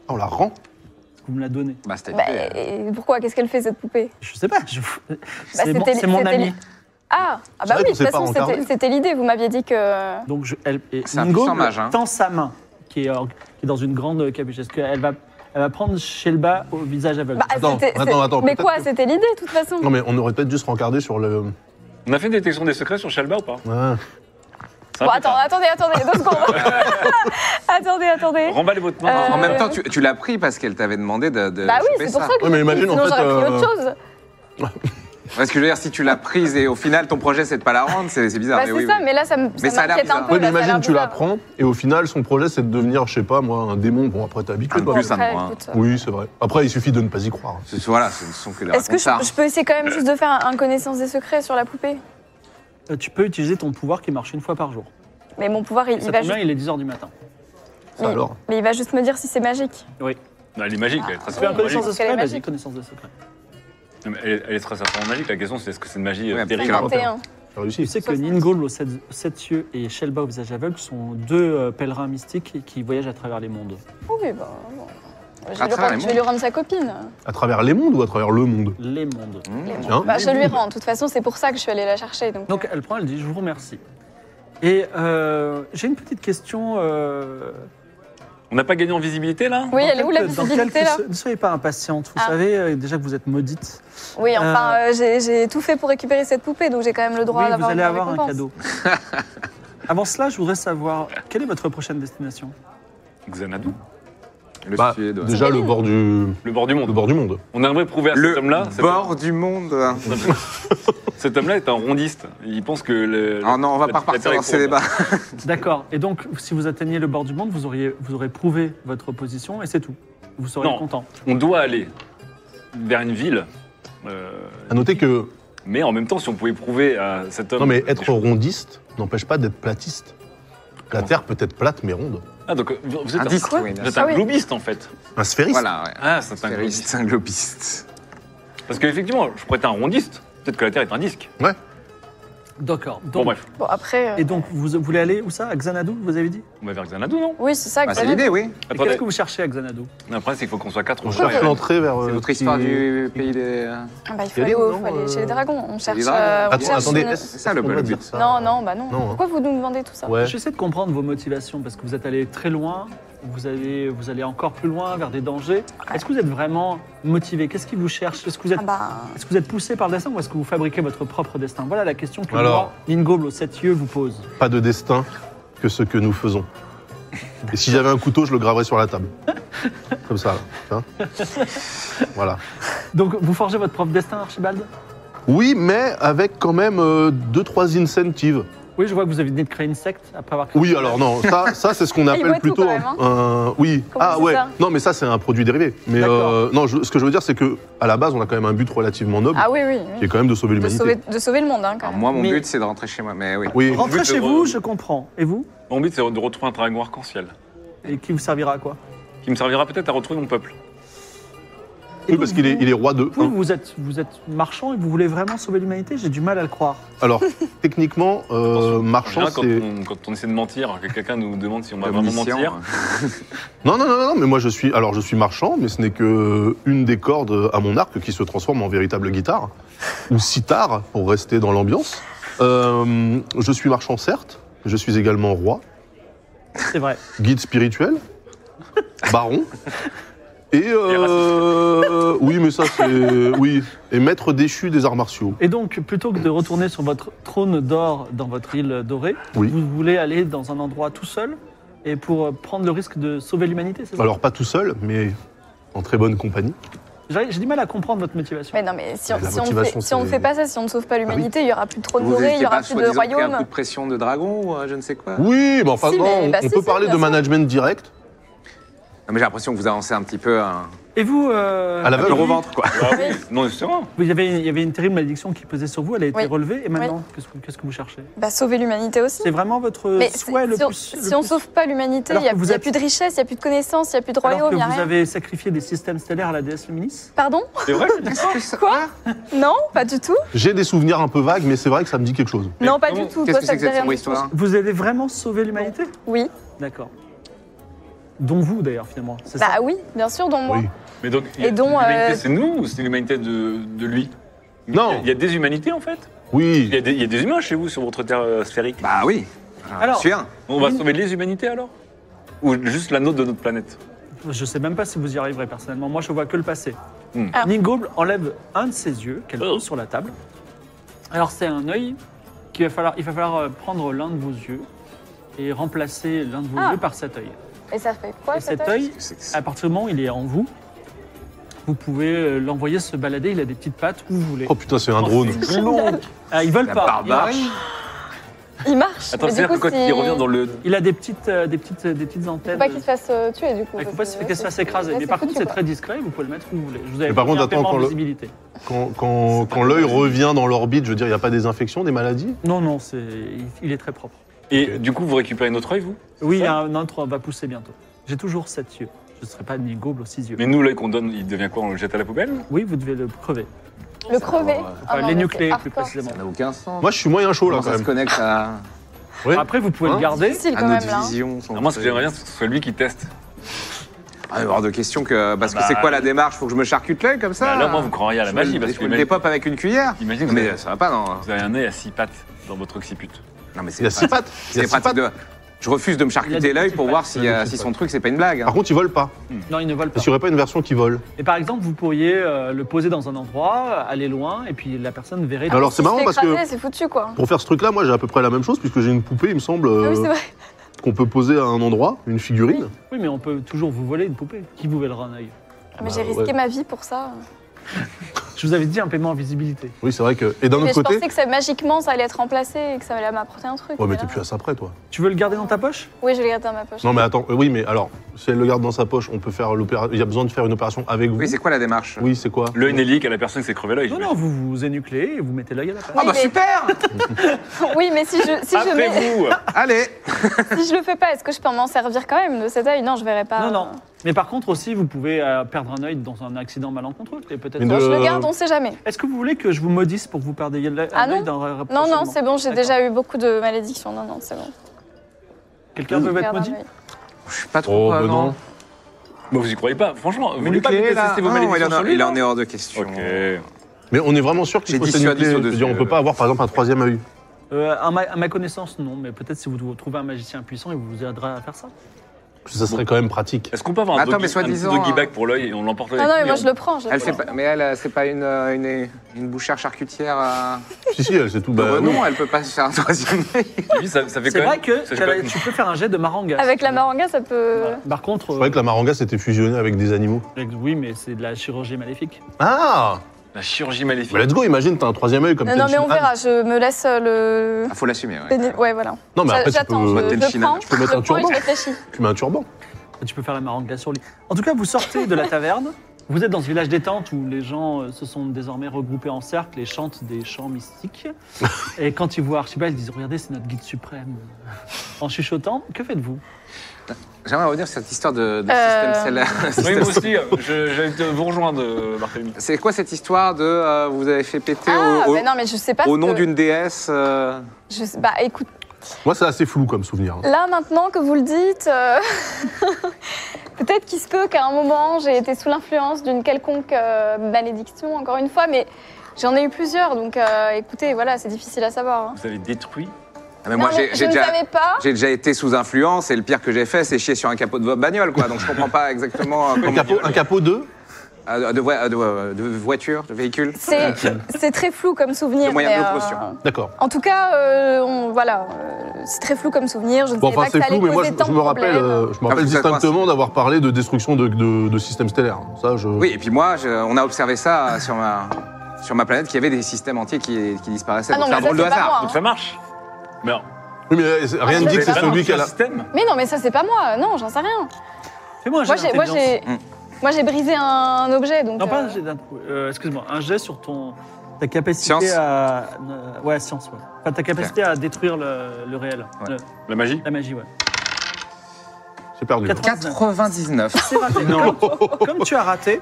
S3: Ah, On la rend
S1: que vous me la donnez
S4: Bah, c'était
S6: Bah,
S4: l'idée.
S6: et pourquoi Qu'est-ce qu'elle fait cette poupée
S1: Je sais pas. je- c'est
S6: Bah, c'était
S1: mon,
S6: li-
S1: c'est mon
S6: c'était
S1: ami.
S6: li- Ah, ah
S3: vrai
S6: bah oui,
S3: qu'on
S6: de
S3: s'est
S6: toute
S3: pas
S6: façon,
S3: rencarné.
S6: c'était- c'était l'idée. Vous m'aviez dit que.
S1: Donc, je, elle, et
S4: C'est un
S1: Ningo
S4: puissant mage, hein.
S1: tend sa main, qui est, en- qui est dans une grande capuche. Est-ce qu'elle va, elle va prendre Shelba au visage aveugle
S6: Bah,
S3: Attends,
S6: c'était-
S3: attends,
S6: c'est-
S3: attends,
S6: Mais
S3: peut-être
S6: quoi
S3: que-
S6: C'était l'idée, de toute façon.
S3: Non mais on aurait peut-être dû se rencarder sur le.
S2: On a fait une détection des secrets sur Shalba ou pas
S3: Ah.
S2: Ça
S6: Bon,
S2: va,
S6: attends,
S2: putain.
S6: attendez, attendez, deux secondes. attendez, attendez.
S2: Remballez votre main. Ah,
S6: Euh,
S4: En même temps, tu, tu l'as pris parce qu'elle t'avait demandé de. de
S6: Bah oui,
S4: choper
S6: c'est pour ça que
S3: Oui, mais
S6: je
S3: imagine, en
S6: sinon
S3: fait,
S6: j'aurais pris
S3: euh,
S6: autre chose.
S4: Parce que je veux dire, si tu l'as prise et au final ton projet c'est de pas la rendre, c'est c'est bizarre.
S6: Bah,
S4: mais
S6: c'est
S4: oui,
S6: ça,
S4: oui.
S6: mais là, ça me-
S4: Mais ça
S6: ça
S4: a l'air
S6: m'inquiète un
S4: bizarre.
S6: peu.
S3: Oui mais
S6: là, ça a
S3: imagine
S6: l'air
S3: tu la
S6: bizarre.
S3: prends et au final son projet c'est de devenir je sais pas moi un démon. Bon après t'es habitué
S4: Un
S3: toi.
S6: Bon,
S4: plus,
S6: après,
S4: moi, hein.
S6: écoute, euh,
S3: Oui c'est vrai. Après il suffit de ne pas y croire.
S4: C'est- Voilà, ce ne sont que des
S6: Est-ce que
S4: racontars.
S6: je, je peux essayer quand même juste de faire un, un connaissance des secrets sur la poupée
S1: Euh, Tu peux utiliser ton pouvoir qui marche une fois par jour.
S6: Mais mon pouvoir, il, il
S1: Ça
S6: va
S1: tombe
S6: juste,
S1: bien, il est 10h du matin.
S3: Ça,
S6: Oui.
S3: alors.
S6: mais il va juste me dire si c'est magique. euh,
S2: Non, Elle est magique, elle est très
S1: Tu fais un
S6: Oui,
S2: certainement
S1: connaissance de secret
S6: parce qu'elle
S2: magique.
S6: est
S1: Vas-y,
S6: magique.
S1: connaissance de secret.
S2: Non, mais Elle elle est très certainement magique. La question, c'est est-ce que c'est une magie euh,
S4: Ouais,
S2: terrible
S3: grave.
S6: 51.
S3: J'ai
S1: Tu
S3: réussi.
S1: sais que
S6: 60.
S1: Ningold aux sept, sept yeux et Shelba au visage aveugle sont deux euh, pèlerins mystiques qui voyagent à travers les mondes.
S6: Oui, bah. bon.
S4: Ah,
S6: Je vais, lui
S4: ça va,
S6: rendre,
S4: les
S6: je vais lui rendre sa copine.
S3: À travers les mondes ou à travers le monde
S1: Les mondes.
S4: Mmh.
S3: Hein
S6: Bah, je lui rends. De toute façon, c'est pour ça que je suis allée la chercher. Donc, euh,
S1: Donc elle prend, elle dit je vous remercie. Et euh, j'ai une petite question. euh,
S2: On n'a pas gagné en visibilité là
S6: oui,
S1: dans
S6: elle est où la
S1: quelques- dans
S6: visibilité
S1: quelques
S6: là
S1: se- Ne soyez pas impatiente, vous
S6: Ah.
S1: savez euh, déjà que vous êtes maudite.
S6: Oui, enfin, euh, j'ai- j'ai tout fait pour récupérer cette poupée, donc j'ai quand même le droit
S1: oui, vous
S6: d'avoir
S1: allez
S6: une
S1: avoir un
S6: récompense.
S1: cadeau. Avant cela, je voudrais savoir quelle est votre prochaine destination
S2: Xanadu.
S4: hein. Le
S3: Bah,
S4: suédois.
S3: déjà le bord du
S2: Le bord du
S3: le
S2: monde.
S3: bord du monde.
S2: On aimerait prouver à cet homme-là.
S4: Le
S2: cet-
S4: bord du monde.
S2: Cet homme-là est un rondiste. Il pense que. le-
S4: Ah non, on va
S2: la-
S4: pas
S2: la Terre
S4: repartir
S2: est
S4: dans ces
S2: courbe.
S4: débats.
S1: D'accord. Et donc, si vous atteignez le bord du monde, vous, auriez, vous aurez prouvé votre position et c'est tout. Vous serez
S2: Non.
S1: content.
S2: On doit aller vers une ville.
S3: Ah
S2: euh,
S3: À noter que
S2: Mais en même temps, si on pouvait prouver à cet homme.
S3: non mais être rondiste n'empêche pas d'être platiste. La
S2: Comment
S3: Terre peut être plate mais ronde.
S2: Ah, donc vous vous êtes
S4: Un
S2: un,
S4: disque,
S6: Quoi
S4: oui.
S2: vous êtes
S6: Ah
S2: un
S6: oui.
S2: globiste en fait.
S3: Un sphériste.
S4: Voilà, ouais.
S2: Ah, c'est un globiste.
S4: Terroriste, un globiste.
S2: Parce qu'effectivement, je pourrais être un rondiste. Peut-être que la Terre est un disque.
S1: D'accord. Donc,
S2: Bon, bref,
S6: Bon, après. euh,
S1: Et donc, vous voulez aller où ça À Xanadu, vous avez dit
S2: on va vers Xanadu, non
S6: Oui, c'est ça,
S4: Bah,
S6: que
S4: c'est l'idée, oui.
S1: Et Qu'est-ce
S2: Attendez,
S1: que vous cherchez à Xanadu
S2: après, c'est qu'il faut qu'on soit quatre.
S3: On
S2: au
S3: cherche
S2: moins.
S3: l'entrée vers.
S4: C'est
S3: euh,
S4: votre
S3: qui-
S4: histoire du pays des.
S6: Ah bah, il faut
S3: Il y a des
S6: aller, au-
S3: noms,
S6: faut aller
S3: euh,
S6: chez les dragons. On cherche.
S4: les dragons.
S6: euh, on
S3: Attends,
S6: cherche
S3: attendez.
S6: une-
S3: est-ce-
S4: C'est ça, le
S3: est-ce qu'on doit
S4: but.
S3: dire ça
S6: Non, non, bah non.
S3: Non, hein.
S6: Pourquoi vous nous demandez tout ça
S3: Ouais.
S1: J'essaie de comprendre vos motivations parce que vous êtes allé très loin, vous allez, vous allez encore plus loin vers des dangers. Est-ce que vous êtes vraiment motivé Qu'est-ce qui vous cherche Est-ce que vous êtes
S6: Ah bah.
S1: est-ce que vous êtes poussé par le destin ou est-ce que vous fabriquez votre propre destin Voilà la question que
S3: Alors.
S1: moi, Ningold aux sept yeux, vous pose.
S3: Pas de destin que ce que nous faisons. Et si j'avais un couteau, je le graverais sur la table. Comme ça. là. Hein voilà.
S1: Donc, vous forgez votre propre destin, Archibald
S3: Oui, mais avec quand même euh, deux, trois incentives.
S1: Oui, je vois que vous avez venez de créer une secte après avoir créé.
S3: Oui, alors non, ça, ça c'est ce qu'on
S6: Ah, il boit
S3: appelle
S6: tout,
S3: plutôt
S6: quand même, hein.
S3: un, un- oui.
S6: Comment
S3: ah
S6: c'est
S3: ouais.
S6: ça
S3: Non, mais ça c'est un produit dérivé. Mais
S1: D'accord.
S3: euh, non, je- ce que je veux dire c'est que à la base on a quand même un but relativement noble,
S6: Ah oui, oui. oui.
S3: qui est quand même de sauver
S6: De
S3: l'humanité. Ah,
S6: sauver, de sauver le monde, hein, quand
S4: Alors,
S6: même.
S4: moi, mon
S1: Mais-
S4: but, c'est de rentrer chez moi. Mais oui.
S3: Oui.
S1: Rentrez
S2: but,
S1: chez
S2: c'est-
S1: vous, je comprends. Et vous
S2: Mon but, c'est de retrouver un dragon arc-en-ciel
S1: Et qui vous servira à quoi
S2: qui me servira peut-être à retrouver mon peuple.
S1: Et
S3: Oui,
S1: donc,
S3: parce qu'il est,
S1: vous-
S3: il est roi de.
S1: Vous, vous êtes, vous êtes marchand et vous voulez vraiment sauver l'humanité J'ai du mal à le croire.
S3: Alors techniquement, euh,
S2: Attention,
S3: marchand
S2: Rien, quand,
S3: c'est.
S2: on, quand on essaie de mentir, que quelqu'un nous demande si on va vraiment
S4: Omniscient.
S2: mentir.
S3: Non, non, non, non, non, mais moi je suis. Alors je suis marchand, mais ce n'est que une des cordes à mon arc qui se transforme en véritable guitare ou sitar pour rester dans l'ambiance. Euh, je suis marchand certes, je suis également roi.
S1: C'est vrai.
S3: guide spirituel, baron. Et euh, oui, mais ça c'est oui, et maître déchu des arts martiaux.
S1: Et donc, plutôt que de retourner sur votre trône d'or dans votre île dorée,
S3: Oui.
S1: vous voulez aller dans un endroit tout seul et pour euh, prendre le risque de sauver l'humanité, c'est ça
S3: Alors pas tout seul, mais en très bonne compagnie.
S1: J'ai j'ai du mal à comprendre votre motivation.
S6: Mais non, mais si on
S3: Bah, La
S6: si on
S3: motivation,
S6: fait, si on
S3: c'est- Bah
S6: fait pas ça, si on ne sauve pas l'humanité, il y aura plus de trône
S4: Vous
S6: doré, il y
S4: n'étiez
S6: aura
S4: pas
S6: plus de
S4: soi-disant pris un coup
S6: royaume.
S4: de pression de dragon ou euh, je ne sais quoi
S3: Oui, mais enfin
S6: Si,
S3: non,
S6: mais-
S3: on,
S6: bah,
S3: on
S6: si,
S3: peut
S6: si,
S3: parler
S6: bien
S3: de
S6: sûr.
S3: management direct.
S4: Non, mais j'ai l'impression que vous avancez un petit peu un
S1: Et vous euh,
S3: À l'aveugle.
S4: peu au ventre, quoi.
S2: Ah oui, non, mais c'est vrai.
S1: vous avez, Il y avait une terrible malédiction qui pesait sur vous, elle a été
S6: Oui.
S1: relevée, et maintenant, qu'est-ce que- qu'est-ce que vous cherchez
S6: Bah, sauver l'humanité aussi.
S1: C'est vraiment votre
S6: Mais
S1: souhait
S6: c'est-
S1: le
S6: si on,
S1: plus.
S6: si
S1: le
S6: on
S1: plus-
S6: sauve pas l'humanité, il
S1: Alors
S6: n'y a,
S1: que vous
S6: il y a
S1: êtes-
S6: plus de richesse, il n'y a plus de connaissances, il n'y a plus de
S1: Alors
S6: royaume,
S1: que
S6: il n'y a
S1: vous
S6: rien.
S1: avez sacrifié des systèmes stellaires à la déesse Luminis
S6: Pardon
S2: C'est vrai
S6: Quoi Non, pas du tout.
S3: J'ai des souvenirs un peu vagues, mais c'est vrai que ça me dit quelque chose.
S6: Non, pas
S2: comment-
S6: du tout.
S4: Qu'est-ce
S6: Toi,
S4: que
S6: ça
S4: c'est
S6: te
S4: que cette
S6: dit rien
S4: sombre
S6: du tout.
S4: histoire
S1: Vous allez vraiment sauver l'humanité
S6: Oui.
S1: D'accord. Dont vous, d'ailleurs, finalement. c'est ça
S6: Bah oui, bien sûr, dans moi.
S3: Oui.
S2: Mais donc,
S6: Et donc,
S2: l'humanité,
S6: euh,
S2: c'est nous ou c'est l'humanité de, de lui
S3: Non.
S2: Il y a- Il y, a des humanités en fait Il y,
S3: Oui.
S2: a des- il y a des humains chez vous sur votre terre euh, sphérique.
S4: Bah oui.
S1: Alors-
S4: Alors, suis un.
S2: On va sauver les humanités alors Ou juste la nôtre de notre planète
S1: Je sais même pas si vous y arriverez personnellement. Moi, je vois que le passé.
S2: Hmm.
S6: Ah.
S1: Ningoble enlève un de ses yeux qu'elle
S2: Oh.
S1: pose sur la table. Alors, c'est un œil qu'il va falloir, il va falloir euh, prendre l'un de vos yeux et remplacer l'un de vos
S6: Ah.
S1: yeux par cet œil.
S6: Et ça fait quoi
S1: et cet
S6: œil
S1: œil,
S4: C'est- c'est-
S1: à partir du moment où il est en vous, vous pouvez euh, l'envoyer se balader. Il a des petites pattes où vous voulez.
S3: Oh putain, c'est un drone.
S1: Long. Ah, ils veulent
S4: La
S1: pas. Ils marchent.
S4: barbarie.
S6: Il marche.
S2: Attends,
S6: mais du
S2: c'est-à-dire que
S6: coup,
S2: quand
S6: si-
S2: il revient dans le.
S1: Il a des petites, euh, des petites, des petites antennes.
S6: Faut pas qu'il se fasse euh, tuer, du coup.
S1: Il ne faut pas
S6: parce
S1: se-
S6: que-
S1: qu'elle se fasse écraser.
S6: là,
S1: Mais par
S6: foutu,
S1: contre, c'est
S6: quoi.
S1: très discret, vous pouvez le mettre où vous voulez. Je vous avais
S3: Mais par
S1: promis
S3: contre,
S1: un
S3: attends,
S1: paiement en
S3: quand le-
S1: visibilité.
S3: Quand, quand, quand l'œil revient dans l'orbite, je veux dire, il n'y a pas des infections, des maladies
S1: Non, non, c'est... il- il est très propre.
S2: Et du coup, vous récupérez notre œil, vous
S1: Oui,
S2: ça
S1: un autre va pousser bientôt. J'ai toujours sept yeux. Je ne serai pas ni goble aux six yeux.
S2: Mais nous, l'œil qu'on donne, il devient quoi On le jette à la poubelle
S1: Oui, vous devez le crever.
S6: Le crever.
S4: Enfin,
S6: Ah
S1: Enfin,
S6: non,
S1: les
S6: mais
S1: nucléaires,
S6: c'est
S1: plus
S6: hardcore.
S1: précisément.
S4: Ça n'a aucun sens.
S3: Moi, je suis moyen
S2: oh
S3: chaud là quand
S4: Comment ça se
S3: même.
S4: connecte à,
S3: Ouais.
S1: Après, vous pouvez
S3: Hein
S1: le garder.
S6: Difficile
S4: à
S6: quand même
S4: notre
S6: là. hein.
S4: vision son
S2: Alors Ah, Moi, ce que
S4: truc.
S2: j'aimerais bien, c'est que ce soit lui qui teste.
S4: Ah, hors de question que. Parce que
S2: Bah,
S4: c'est quoi la
S2: oui.
S4: démarche Faut que je me charcute l'œil comme ça
S2: Bah, là, moi, vous croyez à la
S4: Je
S2: magie
S4: me-
S2: parce
S4: je
S2: que.
S4: me le
S2: imagine-
S4: dépope avec une cuillère
S2: Imagine que
S4: Non,
S2: vous
S4: Mais
S2: avez,
S4: ça va pas, non
S2: vous avez un nez à six pattes dans votre occiput.
S4: Non, mais c'est
S3: Il y a six
S4: pratique.
S3: pattes. Il y a
S4: C'est
S3: six
S4: pratique
S3: pattes.
S4: de. Je refuse de me
S1: Il y a
S4: charcuter
S1: des
S4: l'œil
S1: petites
S4: pour
S1: pattes.
S4: voir si,
S3: Il y a des
S4: euh,
S3: petites
S4: si son
S3: pattes. Ah,
S4: truc, c'est pas une blague. hein.
S3: Par contre, ils volent pas.
S1: Non, ils ne volent pas.
S3: Est-ce qu'il n'y aurait pas une version qui vole
S1: Et par exemple, vous pourriez euh, le poser dans un endroit, aller loin, et puis la personne verrait.
S3: Alors, c'est
S6: Si
S3: marrant
S6: se fait
S3: parce que-
S6: écraser, C'est foutu quoi.
S3: Pour faire ce truc-là, moi j'ai à peu près la même chose puisque j'ai une poupée, il me semble,
S6: Ah oui,
S3: euh,
S6: c'est vrai.
S3: qu'on peut poser à un endroit, une figurine.
S1: Oui, mais on peut toujours vous voler une poupée. Qui vous vélera un œil
S6: Mais j'ai
S3: ouais.
S6: risqué ma vie pour ça.
S1: Je vous avais dit un paiement en visibilité.
S3: Oui, c'est vrai que. Et d'un
S6: Mais
S3: autre
S6: je
S3: côté.
S6: pensais que ça, magiquement ça allait être remplacé et que ça allait m'apporter un truc.
S3: Ouais, mais
S6: là-
S3: t'es plus à ça près, toi.
S1: Tu veux le garder dans ta poche
S6: Oui, je l'ai gardé dans ma poche.
S3: Non, mais attends, euh, oui, mais alors, si elle le garde dans sa poche, on peut faire l'opération. Il y a besoin de faire une opération avec vous.
S4: Oui, c'est quoi la démarche
S3: Oui, c'est quoi
S2: L'œil nélique à la personne qui s'est crevé l'œil.
S1: Non, non, vous vous énucléez et vous mettez l'œil à la place.
S4: Ah, bah
S6: mais-
S4: super
S6: Oui, mais si je, si, je
S2: Après
S6: mets-
S2: vous
S4: Allez
S6: si je le fais pas, est-ce que je peux m'en servir quand même de cet œil Non, je verrai pas.
S1: Non, non. Mais par contre aussi, vous pouvez euh, perdre un œil dans un accident malencontreux. Et peut-être.
S3: Une
S6: Bon, je
S3: Euh,
S6: le garde, on sait jamais.
S1: Est-ce que vous voulez que je vous maudisse pour que vous perdiez l'œil
S6: Ah non.
S1: dans un
S6: Non, non,
S1: prochainement
S6: c'est bon, j'ai
S1: D'accord.
S6: déjà eu beaucoup de malédictions. Non, non, c'est bon.
S1: Quelqu'un veut être
S6: Garde un
S1: maudit
S6: œil.
S4: Je suis pas trop.
S3: Oh,
S4: euh,
S3: bah non.
S2: Bah, vous y croyez pas, franchement.
S4: Mais
S2: vous voulez pas
S4: nucléaire, là.
S2: tester vos
S4: Non, il
S2: malédictions
S4: en
S2: sur
S4: a-
S2: lui
S4: il
S2: là
S4: en est hors de question.
S2: Ok.
S3: Mais on est vraiment sûr qu'il
S4: J'ai
S3: faut
S4: dissuadé
S3: s'énucléer.
S4: sur
S3: Je veux dire, on
S4: dessus,
S3: peut pas
S4: euh.
S3: avoir, par exemple, un troisième œil.
S1: Euh, à, ma, à ma connaissance, non, mais peut-être si vous trouvez un magicien puissant, il vous aidera à faire ça.
S3: Parce que Ça serait quand même pratique.
S2: Est-ce qu'on peut avoir un
S4: Attends,
S2: doggy,
S4: mais
S2: un petit
S4: soi-disant,
S2: doggy bag
S4: hein.
S2: pour l'œil et on l'emporte avec
S6: Ah Non, non, mais
S2: nous
S6: moi
S2: et
S6: je le prends. Je le
S4: Elle
S6: prends.
S4: fait pas- mais elle, euh, c'est pas une, euh, une, une bouchère charcutière. euh,
S3: si, si, elle, c'est tout. Bah,
S4: de
S3: oui.
S4: renom, elle peut pas se faire un troisième œil.
S2: on- Lui, ça, ça fait
S1: C'est
S2: quand
S1: vrai
S2: même.
S1: que t'as
S2: ça fait
S3: euh,
S2: quand
S1: la-
S2: même-
S1: tu peux faire un jet de maranga.
S6: Avec
S1: si
S6: la
S1: tu veux.
S6: maranga, ça peut.
S1: Voilà. Par contre,
S3: Je croyais que la maranga s'était fusionnée avec des animaux.
S1: euh, oui, mais c'est de la chirurgie maléfique.
S3: Ah
S2: La chirurgie maléfique.
S3: Mais let's go, imagine, t'as un troisième œil comme
S6: Non, non, mais
S3: Tenshin
S6: on
S3: Han.
S6: verra. Je me laisse euh, le.
S4: Ah, faut l'assumer. ouais.
S6: Déni- Ouais, voilà.
S3: Non, mais après, tu
S6: J'attends,
S3: peux-
S6: je,
S4: Tenshin
S6: je
S4: Han,
S6: prends,
S4: tu
S3: peux mettre
S6: je
S3: un
S6: prends et je
S3: turban.
S6: réfléchis.
S3: Tu mets un turban.
S1: Tu peux faire la maranga sur lui. En tout cas, vous sortez de la taverne. Vous êtes dans ce village détente où les gens euh, se sont désormais regroupés en cercle et chantent des chants mystiques. Et quand ils voient Archibald, ils disent Regardez, c'est notre guide suprême. En chuchotant, que faites-vous
S4: J'aimerais revenir sur cette histoire de, de
S6: Euh,
S4: système seller.
S2: Oui,
S4: Système-
S2: moi aussi, euh, je, j'allais te vous rejoindre, euh, Barthélemy.
S4: C'est quoi cette histoire de euh, vous avez fait péter
S6: Ah,
S4: au, au-
S6: bah non, mais je sais pas.
S4: au
S6: ce
S4: nom
S6: que-
S4: d'une déesse euh,
S6: je sais- Bah écoute,
S3: Moi, c'est assez flou comme souvenir. hein.
S6: là maintenant que vous le dites, euh, peut-être qu'il se peut qu'à un moment j'ai été sous l'influence d'une quelconque euh, malédiction, encore une fois, mais j'en ai eu plusieurs, donc euh, écoutez, voilà, c'est difficile à savoir. hein.
S2: Vous avez détruit.
S4: ah, mais
S6: Non,
S4: moi, j'ai
S6: mais je
S4: j'ai
S6: ne
S4: déjà,
S6: savais pas.
S4: j'ai déjà été sous influence et le pire que j'ai fait, c'est chier sur un capot de votre bagnole, quoi. Donc je comprends pas exactement. euh,
S3: Un
S4: comment-
S3: capot, un capot de
S4: Euh, de, voi- euh, de, euh, de voiture, de véhicule.
S6: C'est
S3: Ah,
S6: c'est très flou comme souvenir.
S4: Le moyen
S6: mais,
S4: de
S6: euh,
S4: locomotion.
S3: D'accord.
S6: En tout cas, euh, on- voilà, euh, c'est très flou comme souvenir. Je ne
S3: Bon,
S6: savais
S3: enfin,
S6: pas que
S3: c'est
S6: ça allait
S3: flou, mais moi, je,
S6: causer tant
S3: je
S6: de
S3: me rappelle,
S6: problèmes.
S3: euh, je me rappelle
S4: vous savez quoi,
S3: distinctement d'avoir parlé de destruction de, de, de systèmes stellaires. Ça, je.
S4: Oui, et puis moi, je- on a observé ça euh, sur ma, sur ma planète, qu'il y avait des systèmes entiers qui, qui disparaissaient.
S6: Ah non,
S4: Donc,
S6: mais ça,
S4: drôle de
S6: c'est pas
S4: hasard.
S6: moi.
S2: Donc ça marche. Mais alors,
S3: Oui, mais euh, c'est-
S2: Ah,
S3: rien ne
S6: je
S3: dit que
S6: sais
S3: c'est
S6: pas.
S3: celui qui a
S2: le
S3: la.
S2: système.
S6: Mais non, mais ça, c'est pas moi. Non, j'en sais rien.
S1: Fais-moi un jet
S6: Moi, j'ai, moi,
S1: d'intelligence.
S6: j'ai,
S4: Hmm.
S6: moi, j'ai brisé un objet, donc.
S1: Mm. Non, pas
S6: euh,
S1: un jet d'intelligence. Excuse-moi, un jet sur ton. Ta capacité
S4: Science.
S1: à. euh, ouais, science, ouais. Enfin, ta capacité à détruire le, le réel.
S4: Ouais.
S1: Le-
S2: La magie.
S1: la magie, ouais.
S3: J'ai perdu.
S6: hein.
S4: 99.
S1: C'est raté.
S3: Non.
S1: Comme, comme tu as raté,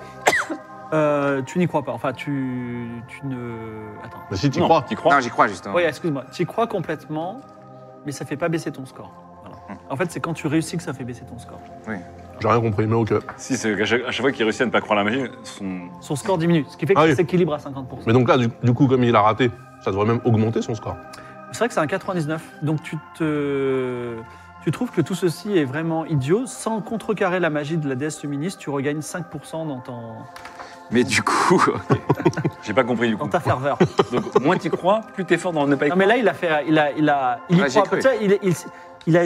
S1: euh, tu n'y crois pas. Enfin, tu, tu ne. Attends.
S3: Bah, si tu
S2: Non,
S3: crois.
S2: T'y crois
S4: Non, j'y crois justement.
S1: Oui, excuse-moi. Tu y crois complètement, mais ça fait pas baisser ton score. Voilà.
S3: Hmm.
S1: En fait, c'est quand tu réussis que ça fait baisser ton score.
S3: J'ai rien compris, mais ok.
S2: Si, c'est qu'à chaque, à chaque fois qu'il réussit à ne pas croire à la magie, son.
S1: Son score diminue, ce qui fait que
S3: Ah
S1: ça
S3: oui.
S1: s'équilibre à 50%.
S3: Mais donc là, du, du coup, comme il a raté, ça devrait même augmenter son score.
S1: C'est vrai que c'est un 99. Donc tu te. Tu trouves que tout ceci est vraiment idiot. Sans contrecarrer la magie de la déesse féministe, tu regagnes 5% dans, ton,
S4: Mais du coup,
S2: J'ai pas compris du
S1: dans
S2: coup.
S1: ta ferveur.
S2: Donc moins t'y crois, plus t'es fort dans ne pas y
S1: Non
S2: croire.
S1: mais là il a fait, il a, il a, il y
S4: Ouais, j'y
S1: croit.
S4: ai cru.
S1: Tu sais, il, il, il a,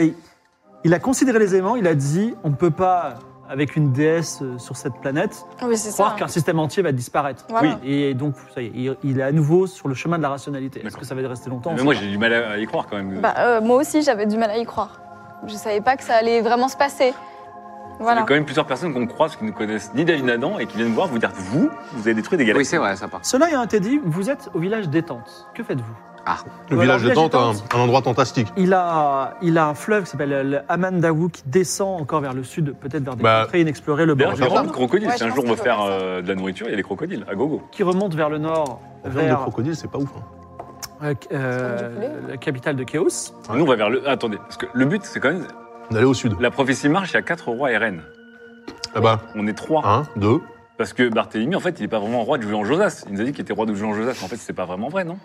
S1: il a considéré les éléments. Il a dit, on ne peut pas avec une déesse euh, sur cette planète
S6: Oui, c'est ça.
S1: croire qu'un système entier va disparaître.
S6: Voilà.
S1: Oui. Et donc ça y est, il, il est à nouveau sur le chemin de la rationalité. Est-ce
S2: D'accord.
S1: que ça va rester longtemps
S2: Mais moi j'ai du mal à à y croire quand même.
S6: Bah, euh, moi aussi, j'avais du mal à y croire. Je savais pas que ça allait vraiment se passer.
S2: Il y
S6: Voilà.
S2: a quand même plusieurs personnes qu'on croise qui ne connaissent ni David Adam et qui viennent voir vous dire vous, vous avez détruit des
S4: oui,
S2: galaxies.
S4: c'est vrai, ça part.
S1: Cela ayant été dit, vous êtes au village détente. Que faites-vous
S3: Le
S1: Voilà,
S3: village
S1: village
S3: étant un,
S1: étant-
S3: un endroit fantastique.
S1: il a, il a un fleuve qui s'appelle euh, le Amandawu qui descend encore vers le sud, peut-être vers des
S3: Bah,
S1: contrées inexplorées, le bord
S2: D'ailleurs,
S1: du
S2: il y a
S3: faire ça.
S2: vraiment des
S1: Rhône,
S2: crocodiles.
S6: Ouais,
S2: si
S6: je
S2: un
S6: pense
S2: jour on veut
S6: qu'il faut
S2: faire
S6: faire ça.
S2: euh, de la nourriture, il y a des crocodiles à gogo.
S1: qui remonte vers le nord,
S3: La ferme de
S1: vers
S3: crocodile, c'est pas ouf. hein.
S1: euh,
S6: C'est comme du
S1: euh,
S6: poulet.
S1: la capitale de Chaos.
S3: Ouais.
S2: Nous on va vers le. Attendez, parce que le but c'est quand même.
S3: D'aller au sud.
S2: La prophétie marche, il y a 4 rois et reines.
S3: Là-bas.
S2: On est trois.
S4: Ah.
S3: Un, deux.
S2: Parce que Barthélemy, en fait, il n'est pas vraiment roi de Julien Josas. Il nous a dit qu'il était roi de Julien Josas. En fait, c'est pas vraiment vrai, non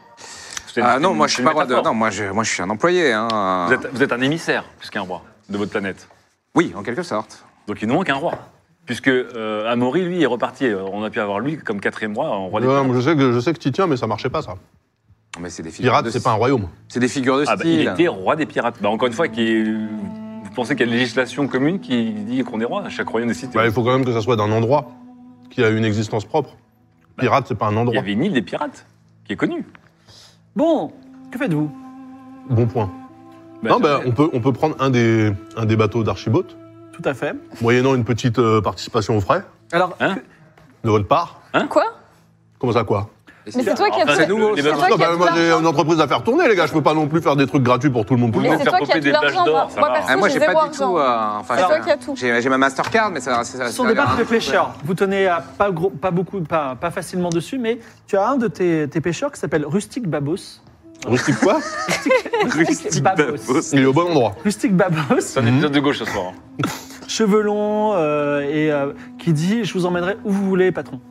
S2: C'est
S4: Ah
S2: une-
S4: non, moi
S2: c'est
S4: je suis
S2: une
S4: pas roi de.
S2: métaphore.
S4: Non, moi je, moi je suis un employé. Hein.
S2: Vous êtes, vous êtes un émissaire, plus qu'un roi, de votre planète.
S4: Oui, en quelque sorte.
S2: Donc il nous manque un roi. Puisque euh, Amaury, lui, est reparti. Euh, On a pu avoir lui comme quatrième roi, en roi des
S3: Ouais,
S2: planètes.
S3: je sais que je sais que t'y tiens, mais ça marchait pas ça.
S4: Mais c'est des figures
S3: Pirate,
S4: de
S3: c'est pas un royaume.
S4: C'est des figures de
S2: Ah, bah, il
S4: style.
S2: était roi des pirates. Bah, encore une fois, qui est- vous pensez qu'il y a une législation commune qui dit qu'on est roi Chaque royaume décide.
S3: Bah, il faut quand même que ça soit d'un endroit qui a une existence propre. Pirate, c'est pas un
S2: Il y
S3: endroit.
S2: avait une île des pirates, qui est connue.
S1: Bon, que faites-vous
S3: Bon point.
S2: Bah,
S3: non, bah, on peut, on peut prendre un des, un des bateaux d'Archibot,
S1: Tout à fait.
S3: moyennant une petite euh, participation aux frais
S1: Alors,
S2: Hein
S1: que-
S3: de votre part.
S6: Quoi
S3: Comment ça, quoi
S6: Mais c'est toi qui as
S2: Enfin,
S6: tout.
S2: c'est nouveau,
S6: c'est
S2: ça. eh ben,
S6: toi
S3: Non,
S6: qui as
S3: bah,
S6: tout
S3: Moi, j'ai
S6: l'argent.
S3: une entreprise à faire tourner, les gars. Je peux pas non plus faire des trucs gratuits pour tout le monde. Tout le
S6: Mais
S3: monde.
S6: c'est
S2: faire
S6: toi qui as
S2: popper
S6: tout
S2: des taches
S6: l'argent.
S2: d'or,
S6: Moi,
S2: ça
S6: moi,
S2: va.
S6: perso,
S4: Ah, moi j'ai
S6: zéro
S4: pas du
S6: argent.
S4: tout. euh, enfin,
S6: C'est
S4: j'ai-
S6: toi qui as tout.
S4: J'ai j'ai ma Mastercard, mais ça, ça, ça,
S1: ce sont
S4: ça
S1: des
S4: a l'air
S1: barques
S4: un-
S1: de pêcheurs. Vous tenez à pas, gros- pas beaucoup, pas, pas facilement dessus, mais tu as un de tes, tes pêcheurs qui s'appelle Rustic Babos.
S3: Rustique quoi
S1: Rustic Babos.
S3: Il est au bon endroit.
S1: Rustic Babos,
S2: C'est
S3: Mhm.
S2: un épisode de gauche ce soir. hein.
S1: cheveux longs, euh, et euh, qui dit Je vous emmènerai où vous voulez, patron.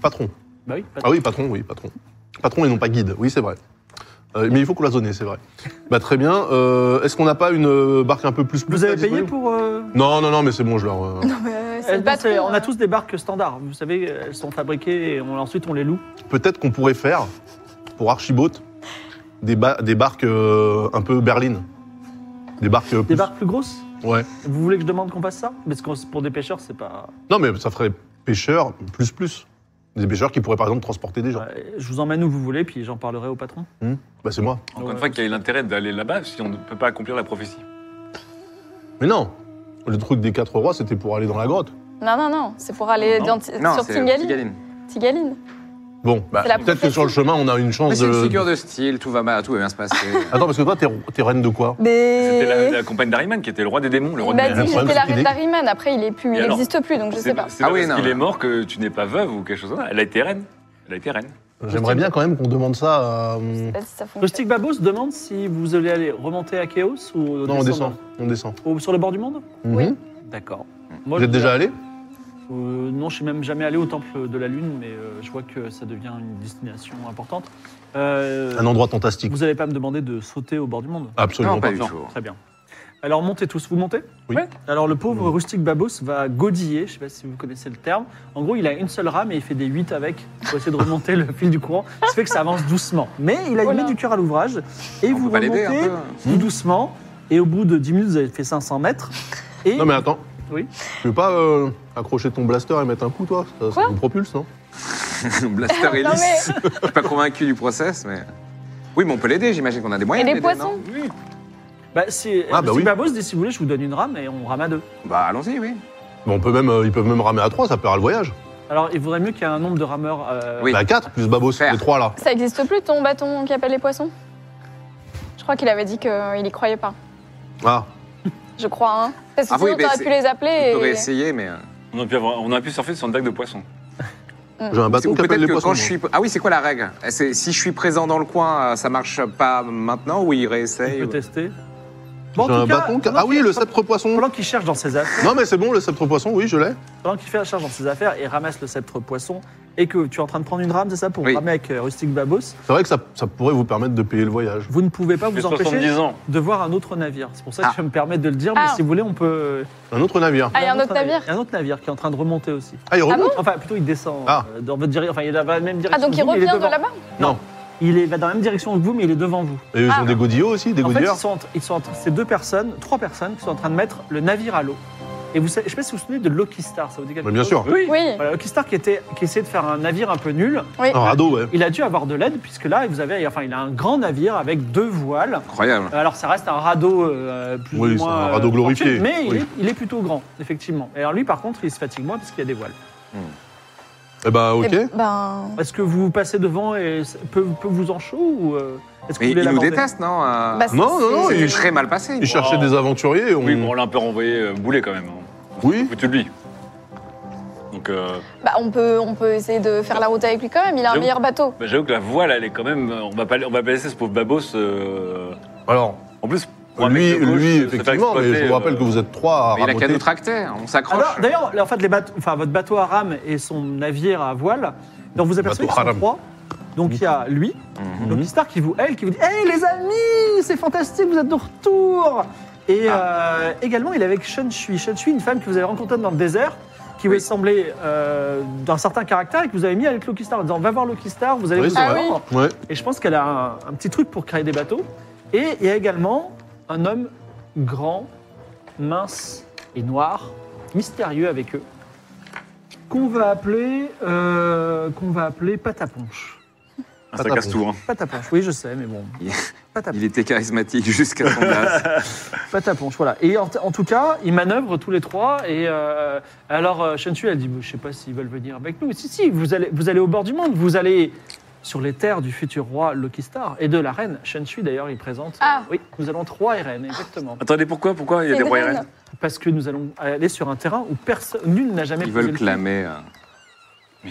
S3: Patron.
S1: Bah oui, patron.
S3: Ah oui, patron, oui, patron. Patron et non pas guide, oui, c'est vrai. Euh, mais il faut qu'on la zone, c'est vrai. Bah très bien. Euh, Est-ce qu'on n'a pas une euh, barque un peu plus plus
S1: Vous avez
S3: disponible
S1: payé pour. euh,
S3: Non, non, non, mais c'est bon, je leur. euh,
S6: Non, mais, euh, c'est
S1: elles-
S6: le patron,
S1: c'est- on
S6: hein.
S1: a tous des barques standards. Vous savez, elles sont fabriquées et on- ensuite on les loue.
S3: Peut-être qu'on pourrait faire, pour Archibot, des, ba- des barques euh, un peu berlines. Des barques. euh,
S1: Des
S3: plus-
S1: barques plus grosses
S3: Ouais.
S1: Vous voulez que je demande qu'on fasse ça Parce que pour des pêcheurs, c'est pas.
S3: Non, mais ça ferait pêcheur plus plus. Des pêcheurs qui pourraient par exemple transporter des gens.
S1: Euh, Je vous emmène où vous voulez, puis j'en parlerai au patron.
S3: Bah c'est moi.
S2: Encore
S1: Ouais.
S2: une fois, quel est l'intérêt d'aller là-bas si on ne peut pas accomplir la prophétie
S3: Mais non Le truc des quatre rois, c'était pour aller dans la grotte.
S6: Non, non, non, c'est pour aller
S2: Non.
S6: dans Ti-
S4: Non,
S6: sur
S4: c'est euh,
S6: Tingaline.
S4: Tigaline.
S6: Tigaline.
S3: Bon, bah,
S6: C'est la
S3: peut-être que
S6: prophétie.
S3: sur le chemin, on a une
S4: Mais
S3: chance
S4: c'est une
S3: de.
S4: figure de style, tout va mal, tout va bien se passer.
S3: Attends, parce que toi, t'es ro- t'es reine de quoi
S2: C'était la, la
S6: Des...
S2: compagne d'Ariman qui était le roi des démons, le roi
S6: Il
S2: des
S6: m'a
S3: Le
S6: dit que
S3: problème,
S6: j'étais la
S3: c'est qu'il
S6: reine
S3: est-
S6: d'Ariman. Après, il est plus,
S2: Et
S6: il
S2: alors
S6: n'existe plus, donc Bah, je
S2: C'est
S6: sais
S2: pas,
S6: pas.
S2: c'est pas
S4: Ah oui,
S2: parce
S4: non.
S2: qu'il est mort que tu n'es pas veuve ou quelque chose comme ça. Elle a été reine. Elle a été reine.
S3: J'aimerais bien quand même qu'on demande ça à.
S6: Je sais
S3: Non,
S6: pas si ça fonctionne.
S1: Rustic Babos demande si vous allez aller remonter à Chaos ou
S3: on
S1: descendre
S3: descend. On descend.
S1: Au- sur le bord du monde
S6: Oui.
S3: Mhm.
S1: D'accord.
S3: Vous êtes déjà allé
S1: Euh, non, je suis même jamais allé au temple de la lune, mais euh, je vois que ça devient une destination importante. Euh,
S3: Un endroit fantastique.
S1: vous n'allez pas me demander de sauter au bord du monde
S3: Absolument
S4: Non,
S3: pas.
S4: pas du
S1: Non,
S4: tout.
S1: Très bien. Alors montez tous, vous montez
S3: Oui.
S1: Ouais. Alors le pauvre rustique Babos va godiller, je ne sais pas si vous connaissez le terme. En gros, il a une seule rame et il fait des 8 avec pour essayer de remonter le fil du courant. Ce qui fait que ça avance doucement. Mais il a
S6: Oh
S1: mis
S6: là.
S1: du cœur à l'ouvrage et
S4: On
S1: vous
S4: peut pas l'aider hein, un
S1: remontez
S4: peu
S1: tout doucement. Et au bout de 10 minutes, vous avez fait 500 mètres. Et
S3: Non mais attends.
S1: Oui.
S3: Tu veux pas euh, accrocher ton blaster et mettre un coup, toi Ça, ça
S6: Quoi
S3: vous propulse, non
S4: Blaster
S6: Non,
S4: Ellis.
S6: mais-
S4: Je suis pas convaincu du process, mais. Oui, mais on peut l'aider, j'imagine qu'on a des
S6: Et
S4: moyens. de
S6: les
S4: l'aider,
S6: poissons
S4: non
S1: bah, c'est-
S3: Ah, bah
S1: Rustic
S3: oui.
S1: Babos dit si vous voulez, je vous donne une rame et on rame à deux.
S4: Bah, allons-y, oui.
S3: Bon, on peut même, euh, ils peuvent même ramer à 3, ça paiera le voyage.
S1: Alors il vaudrait mieux qu'il y ait un nombre de rameurs. euh,
S4: Oui.
S3: Bah, à 4 plus Babos,
S4: Faire.
S3: les 3 là.
S6: Ça existe plus ton bâton qui appelle les poissons Je crois qu'il avait dit qu'il y croyait pas.
S3: Ah,
S6: Je crois, hein. Parce que
S4: Ah oui,
S6: sinon,
S4: mais
S6: t'aurais
S4: c'est-
S6: pu les
S4: On pourrait
S6: appeler et.
S4: essayer, mais. euh,
S2: On a pu, avoir- on a pu surfer sur une dague de poissons.
S3: j'ai un bâton
S4: Ou
S3: qui appelle
S4: peut-être
S3: les
S4: que
S3: poissons.
S4: quand je suis. Ah oui, c'est quoi la règle Eh, c'est- Si je suis présent dans le coin, euh, ça marche pas maintenant ou il
S1: on
S4: réessaye
S1: peut
S4: ou-
S1: tester. Bon, en
S3: J'ai
S1: tout
S3: un
S1: cas,
S3: bâton qui...
S1: pendant
S3: Ah oui,
S1: qu'il-
S3: le sceptre poisson.
S1: Pendant qu'il cherche dans ses affaires.
S3: Non mais c'est bon, le sceptre poisson, oui, je l'ai.
S1: Pendant qu'il fait la charge dans ses affaires et ramasse le sceptre poisson, et que tu es en train de prendre une rame, c'est ça, pour
S4: Oui.
S1: ramer avec euh, Rustic Babos,
S3: C'est vrai que ça, ça pourrait vous permettre de payer le voyage.
S1: vous ne pouvez pas
S2: J'ai
S1: vous
S2: 70
S1: empêcher
S2: ans.
S1: de voir un autre navire. C'est pour ça que
S4: Ah.
S1: je me permets de le dire, mais
S6: Ah.
S1: si vous voulez, on peut.
S3: Un autre navire.
S6: Ah, il y a un autre navire.
S1: Il y a un autre navire qui est en train de remonter aussi.
S3: Ah, il remonte
S1: enfin, plutôt, il descend
S3: Ah.
S1: euh, dans votre direction. Enfin, il est dans la même
S6: Ah,
S1: direction.
S6: donc
S1: que
S6: il
S1: vous, mais
S6: revient
S1: est
S6: de
S1: devant-
S6: là-bas
S3: Non.
S1: Il est va dans la même direction que vous, mais il est devant vous.
S3: Et ils
S6: Ah.
S3: ont des godillots aussi, des
S1: en fait, ils
S3: godilleurs.
S1: sont, en- ils sont en- ces deux personnes, trois personnes, qui sont en train de mettre le navire à l'eau. Et vous, savez- je sais pas si vous vous souvenez de Lucky Star, ça vous dit quelque
S3: Mais bien
S1: chose
S3: sûr.
S2: Oui.
S6: Oui.
S1: Voilà, Lucky Star qui, était, qui essayait de faire un navire un peu nul.
S6: Oui.
S3: Un radeau, ouais.
S1: Il a dû avoir de l'aide puisque là, vous avez, enfin, il a un grand navire avec deux voiles.
S4: Incroyable.
S1: Alors, ça reste un radeau euh, plus
S3: Oui,
S1: ou
S3: c'est
S1: moins.
S3: un
S1: euh,
S3: radeau glorifié.
S1: Mais il,
S3: Oui.
S1: est, il est plutôt grand, effectivement. Et alors, lui, par contre, il se fatigue moins parce qu'il y a des voiles.
S3: Eh bah ok.
S6: Eh Ben.
S1: Est-ce que vous passez devant et c- peut, peut vous en chaud ou euh, est-ce que
S4: Mais
S1: vous voulez
S4: il nous
S1: l'aborder
S4: déteste, non euh,
S6: bah, c'est-
S3: Ah, non, non, non,
S6: c'est-
S4: C'est
S3: il-
S4: très mal passé.
S3: Ils cherchaient
S2: Wow.
S3: des aventuriers. On...
S2: Oui, bon, on l'a un peu renvoyé euh, boulet quand même. hein. On s'est
S3: Oui.
S2: foutu de lui. Donc, euh,
S6: Bah, on peut, on peut essayer de faire la route avec lui quand même. Il a un
S2: J'avoue.
S6: meilleur bateau.
S2: bah, j'avoue que la voile, elle est quand même. euh, On va pas, on va pas laisser ce pauvre babos. euh,
S3: Alors,
S2: En plus, pour un
S3: lui,
S2: mec de gauche,
S3: lui
S2: se faire
S3: effectivement, mais
S2: exploiter,
S3: je vous rappelle
S2: euh,
S3: que vous êtes trois à
S4: Mais il a qu'à
S3: ramoter.
S4: nous tracter, hein, on s'accroche.
S1: Alors, d'ailleurs, là, en fait, les bateaux, enfin, votre bateau à rame et son navire à voile, donc vous apercevez
S3: Bateau
S1: qu'ils
S3: à
S1: sont
S3: rame.
S1: trois. Donc il y a lui,
S4: Mhm.
S1: Lucky Star qui vous aide, qui vous dit Hey les amis, c'est fantastique, vous êtes de retour Et
S3: Ah.
S1: euh, également, il est avec Shun Shui. Shun Shui, une femme que vous avez rencontrée dans le désert, qui vous
S4: Oui.
S1: est semblée euh, d'un certain caractère et que vous avez mis avec Lucky Star en disant Va voir Lucky Star, vous allez
S3: Oui,
S1: vous
S3: c'est
S6: Ah
S3: vrai.
S6: oui.
S1: entendre.
S3: Ouais.
S1: Et je pense qu'elle a un, un petit truc pour créer des bateaux. Et il y a également un homme grand, mince et noir, mystérieux avec eux, qu'on va appeler, euh, qu'on va appeler Pataponche.
S2: Ça casse tout. Hein.
S1: Pataponche, oui je sais, mais bon.
S4: Il-
S1: Pataponche,
S4: Il était charismatique jusqu'à son âge.
S1: Pataponche, voilà. Et en, en tout cas, ils manœuvrent tous les trois. Et euh, alors, euh, Shen Tzu, elle dit, Bah, je sais pas s'ils veulent venir avec nous. Mais si, si, vous allez, vous allez au bord du monde, vous allez sur les terres du futur roi Loki Star et de la reine. Shen Tzu, d'ailleurs, il présente.
S6: Ah.
S1: Oui, nous allons trois reines, exactement.
S2: Attendez, pourquoi Pourquoi il y a
S6: C'est
S2: des rois et
S6: drôle.
S2: reines
S1: Parce que nous allons aller sur un terrain où personne, nul n'a jamais
S4: Ils
S1: posé
S4: veulent
S1: le pied.
S4: clamer. euh,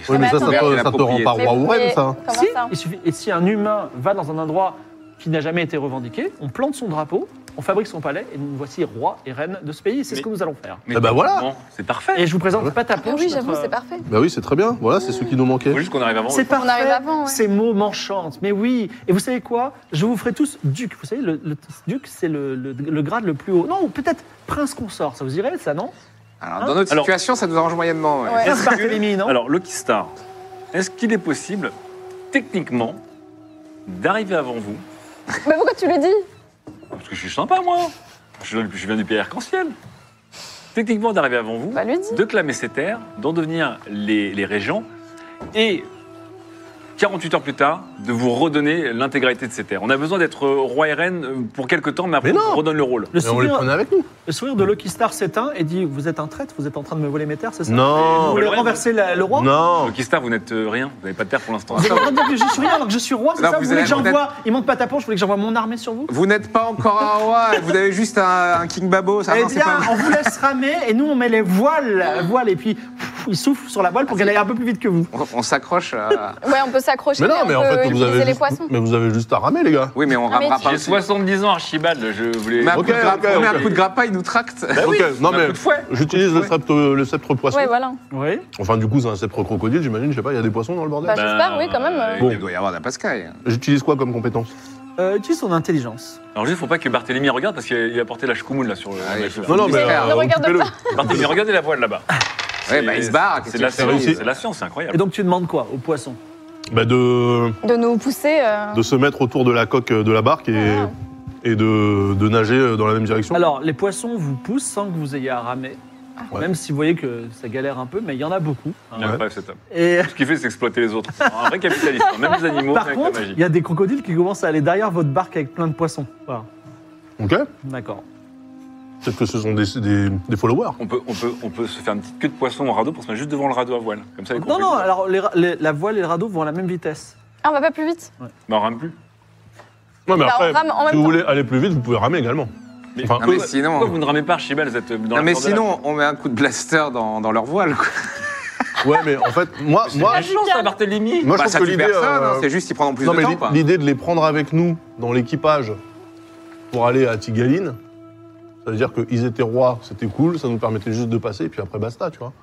S3: Oui, mais ça, ça,
S6: attends.
S3: te,
S4: La
S3: ça te rend pas
S4: propriété.
S3: roi ou reine,
S6: mais-
S3: Oh, bah ça.
S6: Comment
S1: Si,
S6: ça Ah
S1: il suffit- et si un humain va dans un endroit qui n'a jamais été revendiqué, on plante son drapeau, on fabrique son palais et nous voici roi et reine de ce pays. C'est ce
S2: Mais-
S1: que nous allons faire.
S2: Mais
S3: Eh ben voilà.
S2: non, C'est parfait.
S1: Et je vous présente
S3: Ouais.
S6: Ah
S1: Patapon.
S6: oui, j'avoue, c'est parfait.
S3: Bah oui, c'est très bien. Voilà, c'est ce qui nous manquait.
S2: Faut juste qu'on arrive avant.
S1: C'est
S6: On arrive
S1: parfait.
S6: avant, ouais.
S1: Ces mots m'enchantent. Mais oui. Et vous savez quoi Je vous ferai tous duc. Vous savez, le, le- duc, c'est le, le- le grade le plus haut. Non, ou peut-être prince consort. Ça vous irait, ça, non
S4: Alors, dans notre
S2: Alors-
S4: situation, ça nous arrange moyennement. ouais.
S6: Ouais.
S1: Prince Barthélemy, non
S2: Alors, Lucky Star, est-ce qu'il est possible, techniquement, d'arriver avant vous
S6: Mais Bah, pourquoi tu le dis
S2: Parce que je suis sympa, moi. Je, je viens du pays arc-en-ciel. Techniquement, d'arriver avant vous,
S6: Bah, lui dis.
S2: de clamer ses terres, d'en devenir les, les régents et 48 heures plus tard, de vous redonner l'intégralité de ces terres. On a besoin d'être euh, roi et reine euh, pour quelques temps, mais après
S3: Mais
S2: on
S3: non.
S2: vous redonne le rôle.
S1: Le
S3: Mais on les
S1: sourire,
S3: prenait avec nous.
S1: le sourire de Lucky Star s'éteint et dit Vous êtes un traître, vous êtes en train de me voler mes terres, c'est ça Vous
S3: Non.
S1: voulez renverser la- le roi
S3: Non.
S2: Lucky Star, vous n'êtes euh, rien, vous n'avez pas de terre pour l'instant. Ah,
S1: Vous êtes en train de dire que je suis rien alors que je suis roi, c'est
S4: Non,
S1: ça
S4: vous
S1: Vous voulez
S4: avez
S1: que
S4: la tête-
S1: j'envoie Il manque pas ta planche, vous voulez que j'envoie mon armée sur vous
S4: Vous n'êtes pas encore un roi, vous avez juste un, un King Babo, ça
S1: Eh
S4: non, c'est
S1: bien,
S4: pas
S1: on vous laisse ramer et nous on met les voiles, voiles et puis pff, il souffle sur la voile pour qu'elle aille un peu plus vite que vous.
S4: On, on s'accroche à...
S6: Ouais, on peut s'accrocher.
S3: Mais non,
S6: on
S3: mais en
S6: peut
S3: fait, vous
S6: utiliser
S3: avez,
S6: les
S3: juste,
S6: poissons.
S3: mais vous avez juste à ramer, les gars.
S4: Oui, mais on
S6: Ah, mais
S4: ramera pas.
S2: J'ai 70 ans, Archibald, je voulais.
S4: Mais un,
S3: Ok,
S4: coup de grappe-
S3: ok,
S4: mais un
S3: ok. Ben,
S4: coup de grappin, il nous tracte.
S3: ok, non mais j'utilise le
S4: Ouais.
S3: sceptre, le sceptre poisson.
S6: Ouais, voilà.
S1: Oui.
S3: Enfin, du coup, c'est un sceptre crocodile, j'imagine. Je sais pas, il y a des poissons dans le bordel.
S6: Bah, j'espère, oui, quand même. euh.
S3: Bon.
S4: Il doit y avoir de la pascaille.
S3: J'utilise quoi comme compétence
S1: Euh, utilise son intelligence.
S2: Alors juste, faut pas que Barthélemy regarde parce qu'il a porté la choucoumoune là sur le.
S4: Ah, il faut-
S3: Non, non, mais
S4: J'espère.
S3: euh,
S6: Ne regarde
S3: occupez-le.
S2: Barthélemy, regardez la voile là-bas.
S4: Ouais, bah, il se barre. qu'est-ce que
S2: C'est de la
S4: tu fais
S2: science,
S3: réussi.
S2: c'est de la science, c'est
S1: Et
S2: incroyable.
S1: donc tu demandes quoi au poisson
S3: Bah, de,
S6: De nous pousser. euh,
S3: de se mettre autour de la coque de la barque et,
S6: Voilà.
S3: et de, de nager euh, dans la même direction.
S1: Alors les poissons vous poussent sans que vous ayez à ramer.
S3: Ouais.
S1: Même si vous voyez que ça galère un peu, mais il y en a beaucoup.
S2: Il aime
S3: Ouais.
S2: pas cet homme.
S1: Et
S2: Ce qu'il fait, c'est exploiter les autres. Un vrai capitaliste, hein. même les animaux,
S1: par
S2: avec
S1: contre,
S2: la
S1: il
S2: magie.
S1: y a des crocodiles qui commencent à aller derrière votre barque avec plein de poissons. Voilà.
S3: Ok
S1: D'accord.
S3: Peut-être que ce sont des, des, des followers.
S2: On peut, on, peut, on peut se faire une petite queue de poisson en radeau pour se mettre juste devant le radeau à voile. Comme ça, les
S1: Non,
S2: crocodiles-
S1: non, alors les ra- les- la voile et le radeau vont à la même vitesse.
S6: Ah, on va pas plus vite.
S2: Bah, on rame plus.
S3: Non, mais
S6: Bah, on
S3: après,
S6: rame en même
S3: si vous
S6: temps.
S3: voulez aller plus vite, vous pouvez ramer également. Enfin,
S4: Non, mais
S2: Pourquoi- Pourquoi vous
S4: sinon...
S2: ne ramez pas Archibald vous êtes dans
S4: Non,
S2: la
S4: mais
S2: corde à la-
S4: sinon, on met un coup de blaster dans, dans leur voile. quoi.
S3: ouais, mais en fait, moi, moi,
S2: Ah, chance à
S3: moi
S2: Barthélemy
S3: je
S4: Bah,
S3: trouve
S4: ça
S3: que
S4: tue
S3: l'idée.
S4: personne,
S3: euh,
S4: hein, c'est juste qu'ils prendront plus
S3: non,
S4: de
S3: mais
S4: temps.
S3: l'i-
S4: quoi.
S3: l'idée de les prendre avec nous dans l'équipage pour aller à Tigaline, ça veut dire qu'ils étaient rois, c'était cool, ça nous permettait juste de passer, puis après basta, tu vois.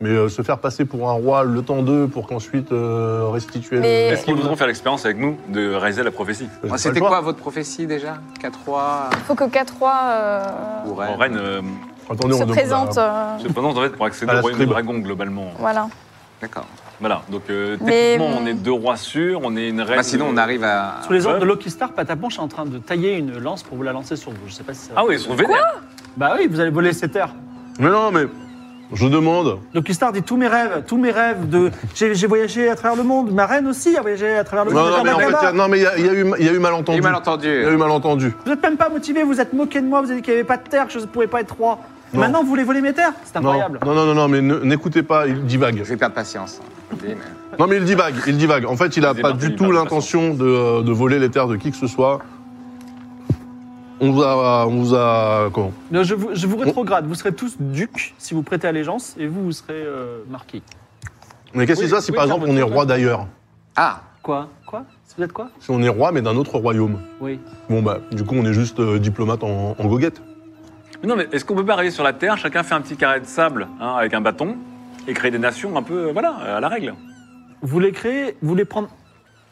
S3: Mais euh, se faire passer pour un roi le temps d'eux pour qu'ensuite euh, restituer
S6: Mais-
S3: le.
S2: Est-ce qu'ils voudront faire l'expérience avec nous de réaliser la prophétie
S3: J'ai
S4: Moi,
S3: pas le
S4: Bah, C'était
S3: choix.
S4: quoi votre prophétie déjà 4 rois
S6: Faut que K3 euh,
S4: ou
S2: En
S4: reine
S2: Rennes euh,
S3: Attendez, on
S6: se
S3: demande à-
S6: présente. euh,
S3: hein.
S2: se présente en fait pour accéder
S3: À
S2: au
S3: la
S2: royaume du
S3: scribe.
S2: dragon globalement.
S6: Voilà.
S4: D'accord.
S2: Voilà, donc euh,
S6: Mais,
S2: techniquement
S6: hum.
S2: on est deux rois sûrs, on est une reine.
S4: Bah, sinon, on arrive
S3: Ah,
S4: à.
S1: Sous les ordres
S2: ouais.
S1: de Lucky Star, Pataponche est en train de tailler une lance pour vous la lancer sur vous. Je sais pas si ça...
S2: Ah oui, ils sont vénères.
S1: Bah oui, vous allez voler cette terres.
S3: Mais non, mais je demande.
S1: Lucky Star dit tous mes rêves, tous mes rêves de. J'ai j'ai voyagé à travers le monde, ma reine aussi a voyagé à travers le monde.
S3: Non, non, mais en fait, il y a- non, mais il y, a- il y a eu il y a eu
S4: Il
S3: malentendu.
S4: est mal
S3: Il y a
S4: entendu.
S3: eu malentendu.
S1: Vous n'êtes même pas motivé, vous êtes moqué de moi, vous avez dit qu'il n'y avait pas de terre, que je ne pouvais pas être roi.
S3: Non.
S1: Maintenant, vous voulez voler mes terres C'est
S3: Non,
S1: incroyable.
S3: non, non, non, non, mais ne- n'écoutez pas, il divague.
S4: Je vais perdre patience. hein. Je le dis, mais-
S3: Non, mais il divague, il divague. En fait, il n'a
S2: Il
S3: pas
S2: démarre, il
S3: du
S2: part
S3: tout
S2: de
S3: l'intention de, euh, de voler les terres de qui que ce soit. On vous a. On vous a. Comment
S1: Non, je, vous, je
S3: Oh.
S1: vous rétrograde, vous serez tous ducs si vous prêtez allégeance et vous, vous serez euh, marquis.
S3: Mais qu'est-ce qui
S2: Oui,
S3: se passe si
S2: oui,
S3: par
S2: ça
S3: exemple
S2: me
S3: on est
S2: semble.
S3: roi d'ailleurs
S4: Ah
S1: Quoi Quoi Vous êtes quoi
S3: Si on est roi mais d'un autre royaume
S1: Oui.
S3: Bon bah, du coup on est juste euh, diplomate en, en goguette.
S2: Mais non, mais est-ce qu'on peut pas arriver sur la Terre, chacun fait un petit carré de sable hein, avec un bâton et créer des nations un peu, euh, voilà, euh, à la règle
S1: Vous voulez créer, vous voulez prendre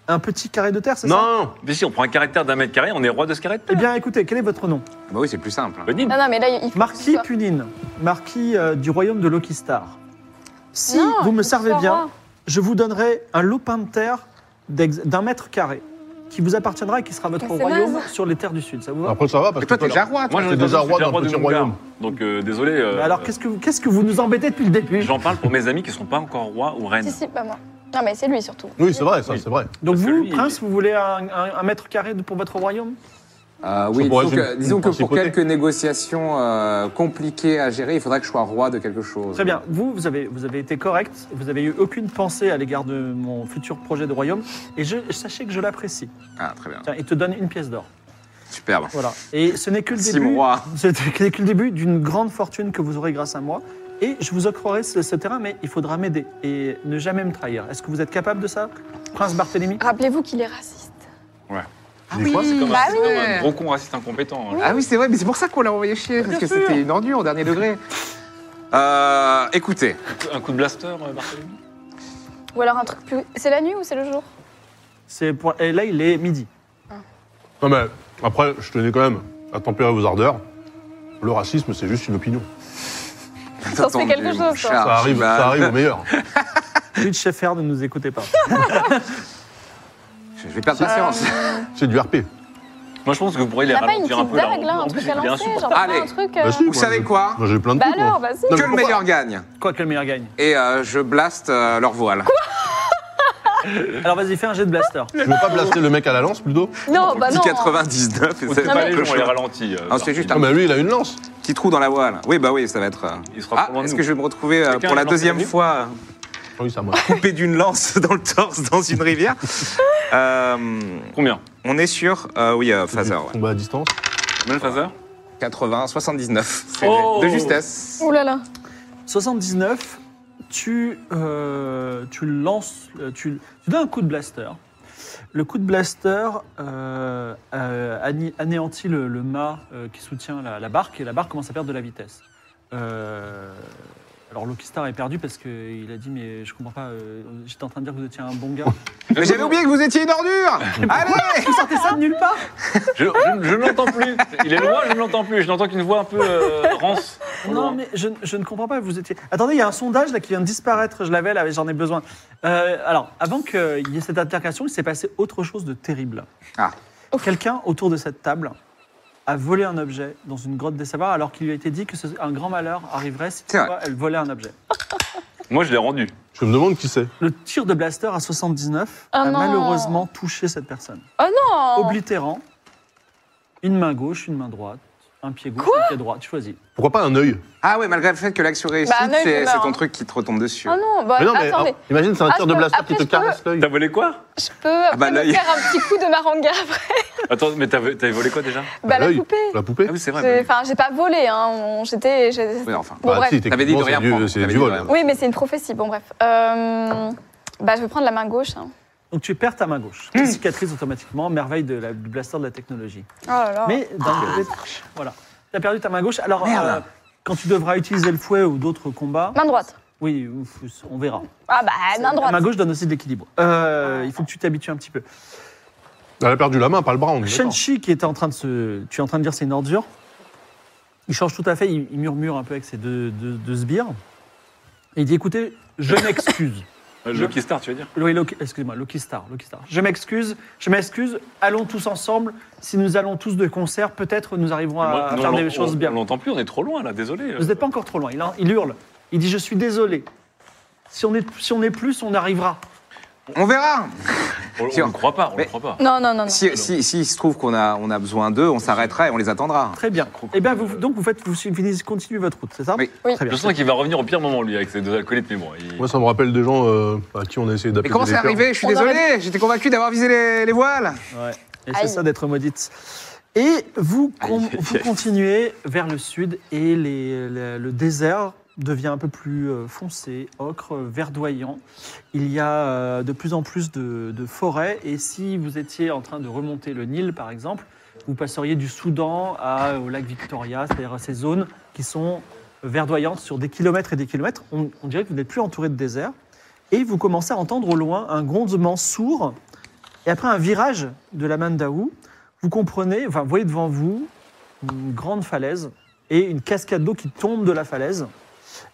S1: un petit carré de terre, c'est ça
S3: Non
S2: Mais si on prend un carré de terre d'un mètre carré, on est roi de ce carré de
S1: Eh
S2: terre.
S1: bien, écoutez, quel est votre nom
S4: Bah oui, c'est plus simple. hein.
S2: Bonne idée.
S6: Non, non, mais là, il faut. que ce
S1: Marquis
S6: soit-
S1: Punine, marquis euh, du royaume de Loki Star. Si
S6: Non,
S1: vous
S6: il faut
S1: me
S6: que ce
S1: servez
S6: soit
S1: bien,
S6: roi.
S1: je vous donnerai un lopin de terre d'ex- d'un mètre carré qui vous appartiendra et qui sera votre
S6: Mais c'est
S1: royaume
S6: naze.
S1: sur les terres du Sud. Ça vous va
S3: Après ça va parce
S4: Mais
S3: que
S4: toi, t'es déjà roi, toi.
S2: Moi, j'en ai
S3: C'est
S2: pas
S3: déjà
S2: besoin,
S3: roi
S2: je suis
S3: d'un
S2: de
S3: petit
S2: Montgar.
S3: royaume.
S2: Donc euh, désolé. euh,
S1: Mais Alors qu'est-ce que, vous- qu'est-ce que vous nous embêtez depuis le début
S2: J'en parle pour mes amis qui sont pas encore rois ou reines.
S6: Si, si, pas moi. Non, mais c'est lui surtout.
S3: Oui c'est vrai, ça
S2: Oui.
S3: c'est vrai.
S1: Donc
S2: Parce que
S1: vous,
S2: lui, il-
S1: prince, vous voulez un, un- un mètre carré de- pour votre royaume
S4: Euh, oui,
S3: pourrait
S4: disons
S3: être
S4: que,
S3: une-
S4: disons
S3: une
S4: que pour
S3: principauté.
S4: quelques négociations euh, compliquées à gérer, il faudrait que je sois roi de quelque chose.
S1: Très bien. Vous, vous avez, vous avez été correct. Vous avez eu aucune pensée à l'égard de mon futur projet de royaume. Et je, sachez que je l'apprécie.
S4: Ah, très bien.
S1: Tiens, il te donne une pièce d'or.
S4: Superbe.
S1: Voilà. Et ce n'est que le
S4: Merci,
S1: début.
S4: mon roi.
S1: Ce n'est que le début d'une grande fortune que vous aurez grâce à moi. Et je vous octroierai ce, ce terrain, mais il faudra m'aider et ne jamais me trahir. Est-ce que vous êtes capable de ça, prince Barthélemy
S6: Rappelez-vous qu'il est raciste.
S2: Ah
S3: Des fois, c'est
S2: Comme un-
S6: Bah
S2: c'est
S6: oui.
S2: comme un gros con raciste incompétent. hein.
S4: Ah oui, c'est vrai, mais c'est pour ça qu'on l'a envoyé chier, parce que
S1: sûr.
S4: c'était une ordure au dernier degré. Euh, écoutez,
S2: Un coup de blaster, euh, Barthélemy
S6: Ou alors un truc plus. C'est la nuit ou c'est le jour
S1: C'est pour... Et là, il est midi.
S3: Non mais après je tenais quand même à tempérer vos ardeurs. Le racisme c'est juste une opinion.
S6: Ça se fait quelque
S4: Attendu,
S6: chose,
S4: mon
S6: ça.
S4: cher
S3: Ça arrive,
S4: Archibald.
S3: ça arrive au meilleur.
S1: Lui, Schaeffer, ne nous écoutez pas.
S4: Je vais perdre patience.
S3: C'est du RP.
S2: Moi, je pense que vous pourriez les
S6: On n'a pas une
S2: ralentir un
S6: petite
S2: peu là.
S6: dague, là,
S2: En
S6: un
S2: plus,
S6: truc
S2: il est
S6: à lancer Genre,
S2: insupportable.
S6: pas
S4: Allez.
S6: un truc. euh,
S3: Bah si,
S4: Vous
S3: moi,
S4: savez
S3: je-
S4: quoi
S3: Moi j'ai plein de
S6: Bah
S3: trucs. moi.
S6: alors, vas-y.
S3: Non, mais
S4: Que le
S3: pourquoi
S4: meilleur gagne.
S1: Quoi que le meilleur gagne.
S4: Et euh, je blaste euh, leur voile.
S1: Alors vas-y, fais un jet de blaster.
S3: Tu veux pas blaster le mec à la lance plutôt
S6: Non, bah
S4: Petit
S6: non.
S4: 99, et
S2: On
S4: ça
S2: sait
S4: va
S2: pas
S4: être
S2: les
S4: le
S2: gens, on les
S4: choix.
S2: ralentit. euh,
S4: Ah, c'est juste
S3: Ah,
S2: Martine.
S3: bah lui, il a une lance.
S4: Petit trou dans la voie, là. Oui, bah oui, ça va être. euh,
S2: Il se
S4: Ah,
S2: rapproche de
S4: est-ce
S2: nous.
S4: que je vais me retrouver euh,
S2: Quelqu'un
S4: pour
S2: a
S4: la
S2: lancé
S4: deuxième
S2: la nuit
S4: fois
S3: Ah Oui, ça moi.
S4: euh, coupé d'une lance dans le torse dans une rivière Euh,
S2: Combien
S4: On est sur. euh, oui, euh, phaser, ouais.
S3: Combat à distance.
S2: Combien de phasers
S4: 80, 79. C'est
S2: Oh
S4: de justesse.
S6: Ouh là là.
S1: 79, tu, euh, tu lances, euh, tu, tu donnes un coup de blaster. Le coup de blaster euh, euh, ani- anéantit le, le mât euh, qui soutient la, la barque et la barque commence à perdre de la vitesse. Euh, alors Loki Star est perdu parce qu'il a dit mais je comprends pas, euh, j'étais en train de dire que vous étiez un bon gars.
S4: Mais j'avais oublié que vous étiez une ordure Allez
S1: Vous sortez ça de nulle part
S2: Ah. Je, je- je ne l'entends plus. Il est loin, je ne l'entends plus. Je n'entends qu'une voix un peu euh, rance. au
S1: Non,
S2: loin.
S1: mais je, je ne comprends pas. Vous étiez. Attendez, il y a un sondage là qui vient de disparaître. Je l'avais là, j'en ai besoin. Euh, alors, avant qu'il y ait cette altercation, il s'est passé autre chose de terrible.
S4: Ah.
S1: Quelqu'un autour de cette table a volé un objet dans une grotte des savoirs alors qu'il lui a été dit que ce- un grand malheur arriverait si
S4: C'est vrai.
S1: toutefois elle volait un objet.
S2: Moi, je l'ai rendu.
S3: Je me demande qui c'est.
S1: Le tir de blaster à 79
S6: Ah
S1: a
S6: non.
S1: malheureusement touché cette personne,
S6: Oh non
S1: oblitérant une main gauche, une main droite, un pied gauche, un pied droit. Tu choisis.
S3: Pourquoi pas un œil
S6: Euh,
S4: Ah ouais, malgré le fait que l'action réussie,
S6: Bah, un œil,
S4: c'est
S6: il meurt,
S4: c'est ton
S6: hein.
S4: truc qui te retombe dessus.
S6: Oh non, bah
S3: Mais non, mais
S6: attendez,
S3: ah, imagine, c'est un
S6: Ah,
S3: tir
S6: je
S3: de
S6: peux-
S3: blaster qui
S6: après,
S3: te
S6: je peux-
S3: caresse l'œil.
S2: T'as volé quoi
S6: je peux après
S4: bah,
S6: me
S4: l'œil.
S6: faire un petit coup de maranga après.
S2: Attends, mais t'avais t'avais volé quoi déjà
S6: Bah, la
S3: l'œil.
S6: poupée.
S3: La poupée
S2: Ah oui, c'est
S6: J'ai-
S2: vrai. bah
S6: Enfin, j'ai pas volé, hein. on- J'étais. j'ai-
S4: Oui, enfin.
S6: Bon, bref.
S3: Bah, si,
S4: T'avais dit de
S3: techniquement,
S4: rien
S3: c'est
S4: prendre.
S3: du- C'est
S4: T'avais
S3: du
S4: dit de
S3: vol. hein.
S4: rien prendre.
S6: Oui, mais c'est une prophétie. Bon, bref. Euh, Bah, je vais prendre la main gauche. hein.
S1: Donc tu perds ta main gauche.
S6: Hmm.
S1: Tu cicatrises automatiquement, merveille de la, du blaster de la technologie.
S6: Oh là là.
S1: Mais d'un côté, voilà. Tu as perdu ta main gauche. Alors,
S4: Merde.
S1: euh, quand tu devras utiliser le fouet ou d'autres combats,
S6: Main droite.
S1: oui, ouf, on verra.
S6: Ah bah, main
S1: Ta main
S6: droite.
S1: gauche donne aussi de l'équilibre. Euh, il faut que tu t'habitues un petit peu.
S3: Elle a perdu la main, pas le bras. on est d'accord.
S1: Shenchi, qui était en train de se. Tu es en train de dire c'est une ordure. Il change tout à fait, il, il murmure un peu avec ses deux, deux- deux sbires. Et il dit écoutez, je m'excuse.
S2: oui. Lucky Star, tu veux dire
S1: Oui, Loki- excusez-moi, Loki Star, Loki Star. Je m'excuse, je m'excuse. Allons tous ensemble. Si nous allons tous de concert, peut-être nous arriverons à
S2: Moi, non,
S1: faire
S2: on-
S1: des
S2: on-
S1: choses bien.
S2: On l'entend plus, on est trop loin là, désolé.
S1: Vous n'êtes pas encore trop loin. Il, hein, il hurle. Il dit Je suis désolé. Si on est, si on est plus, on arrivera.
S4: On verra
S2: On
S4: Sûr.
S2: ne croit pas, on ne
S4: Mais-
S2: croit pas.
S6: Non, non, non, non.
S4: Si, si, si il se trouve qu'on a, on a besoin d'eux, on s'arrêtera et on les attendra.
S1: Très bien. Eh bien, vous, donc vous faites, vous finissez- continuez votre route, c'est ça
S4: Oui.
S6: Oui.
S1: Très bien.
S2: Je sens qu'il va revenir au pire moment, lui, avec ses deux alcoolites, mais bon. il-
S3: Moi, ça me rappelle des gens euh, à qui on a essayé
S4: Mais
S3: d'appeler.
S4: comment c'est arrivé Je suis
S6: On
S4: désolé, j'étais convaincu d'avoir visé les, les voiles.
S1: Ouais. Et c'est
S6: Aïe.
S1: ça d'être maudite. Et vous, con-
S2: Aïe, aïe,
S1: vous
S2: aïe.
S1: continuez vers le sud et les- le, le désert devient un peu plus euh, foncé, ocre, verdoyant. Il y a euh, de plus en plus de, de forêts et si vous étiez en train de remonter le Nil, par exemple, vous passeriez du Soudan à- au lac Victoria, c'est-à-dire à ces zones qui sont verdoyantes sur des kilomètres et des kilomètres. On, on dirait que vous n'êtes plus entouré de désert et vous commencez à entendre au loin un grondement sourd et après un virage de la Mandaou, vous comprenez, enfin, vous voyez devant vous une grande falaise et une cascade d'eau qui tombe de la falaise.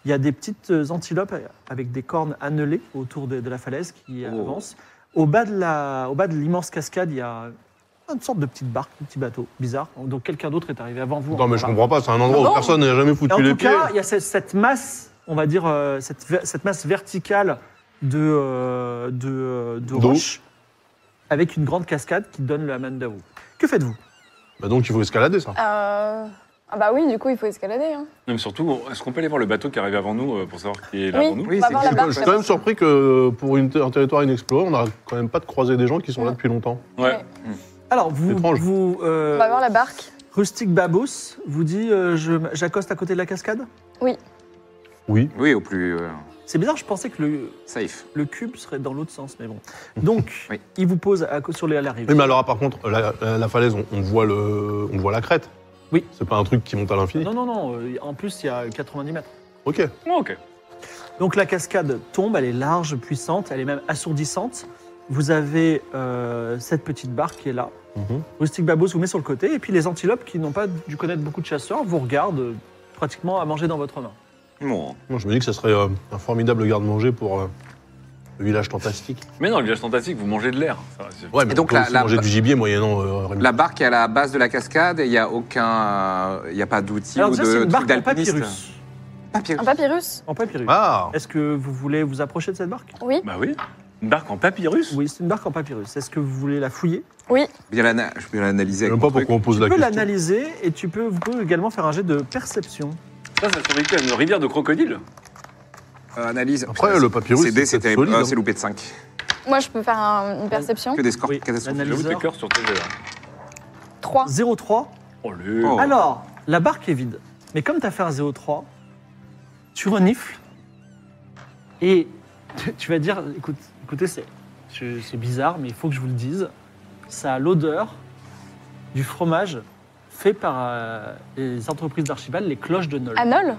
S1: Il y a des petites euh, antilopes avec des cornes annelées autour de, de la falaise qui
S4: Oh.
S1: avancent. Au bas de la- au bas de l'immense cascade, il y a une sorte de petite barque, un petit bateau bizarre. Donc quelqu'un d'autre est arrivé avant vous.
S3: Non, mais je
S1: Voilà.
S3: comprends pas, c'est un
S6: Ah
S3: endroit
S1: Non.
S3: où personne n'a jamais
S1: Et en
S3: foutu les
S1: tout
S3: pieds.
S1: cas, il y a cette, cette masse, on va dire, euh, cette, ver- cette masse verticale de, euh, de, euh, de
S3: D'eau.
S1: roches avec une grande cascade qui donne la Mandaou. Que faites-vous
S3: Bah donc, il faut escalader ça.
S6: Euh, Ah bah oui, du coup, il faut escalader. hein.
S2: Non, mais surtout, est-ce qu'on peut aller voir le bateau qui arrive avant nous euh, pour savoir qui est là
S6: Oui,
S2: avant nous
S4: Oui,
S6: on va
S4: c'est
S6: voir
S4: que-
S6: la
S3: Je
S6: barque.
S3: suis quand même surpris que pour une- un territoire inexploré, on n'a quand même pas de croiser des gens qui sont là depuis longtemps.
S2: Ouais.
S1: Alors, vous,
S3: Étrange.
S1: vous euh,
S6: On va voir la barque.
S1: Rustic Babos vous dit euh, je- j'accoste à côté de la cascade
S3: Oui.
S4: Oui, au plus euh,
S1: C'est bizarre, je pensais que le,
S4: safe.
S1: le cube serait dans l'autre sens, mais bon. Donc,
S4: Oui.
S1: il vous pose à, sur les, la rive.
S3: Oui, mais alors, par contre, la, euh, la- la falaise, on, on voit le, on voit la crête.
S1: Oui.
S3: C'est pas un truc qui monte à l'infini.
S1: Non, non, non, euh, en plus, il y a 90 mètres.
S3: Ok.
S2: Oh, ok.
S1: Donc la cascade tombe, elle est large, puissante, elle est même assourdissante. Vous avez euh, cette petite barque qui est là.
S3: Mhm.
S1: Rustic Babos vous met sur le côté, et puis les antilopes qui n'ont pas dû connaître beaucoup de chasseurs vous regardent euh, pratiquement à manger dans votre main.
S4: Bon.
S3: Moi, je me dis que ça serait euh, un formidable garde-manger pour euh, le village fantastique.
S2: Mais non, le village fantastique, vous mangez de l'air. Ça va, c'est-
S3: Ouais, mais
S4: Et
S3: donc, on
S4: donc,
S3: peut
S4: la-
S3: aussi
S4: la-
S3: manger du gibier moyennant euh, Rémi.
S4: La barque est à la base de la cascade et il n'y a aucun. euh, Il n'y a pas d'outil
S1: Alors
S4: ou
S1: déjà,
S4: de
S1: c'est une
S4: truc
S1: barque en
S4: d'alpiniste.
S1: papyrus.
S4: Papyrus.
S6: Un papyrus
S1: En papyrus.
S3: Ah
S1: Est-ce que vous voulez vous approcher de cette barque
S6: Oui.
S2: Bah oui. Une barque en papyrus
S1: Oui, c'est une barque en papyrus. Est-ce que vous voulez la fouiller
S6: bah.
S4: Bien l'ana- je peux l'analyser
S3: Je sais
S4: avec
S3: même
S4: mon
S3: pas
S4: truc.
S3: pourquoi on pose
S1: Tu
S3: la
S1: peux
S3: question.
S1: l'analyser et tu peux, vous pouvez également faire un jet de perception.
S2: Ça, ça survécu à une rivière de crocodile.
S4: Euh, analyse.
S3: Après,
S4: Putain,
S3: le papyrus,
S4: c'est dé, c'est
S3: c'est
S4: terrible.
S3: solide,
S4: Ah,
S3: hein.
S4: c'est loupé de 5.
S6: Moi, je peux faire un- une perception.
S4: Que des scores
S1: Oui,
S4: catastrophiques.
S2: J'avoue, tes
S1: l'analyse.
S2: cœurs sur tes jeux, hein.
S6: 3.
S1: 0,3.
S2: Oh, le...
S4: Oh.
S1: Alors, la barque est vide. Mais comme tu as fait un 0,3, tu renifles et tu- tu vas dire écoute, écoutez, c'est je- c'est bizarre, mais il faut que je vous le dise. Ça a l'odeur du fromage fait par euh, les entreprises d'Archibald, les cloches de Nol.
S6: Anol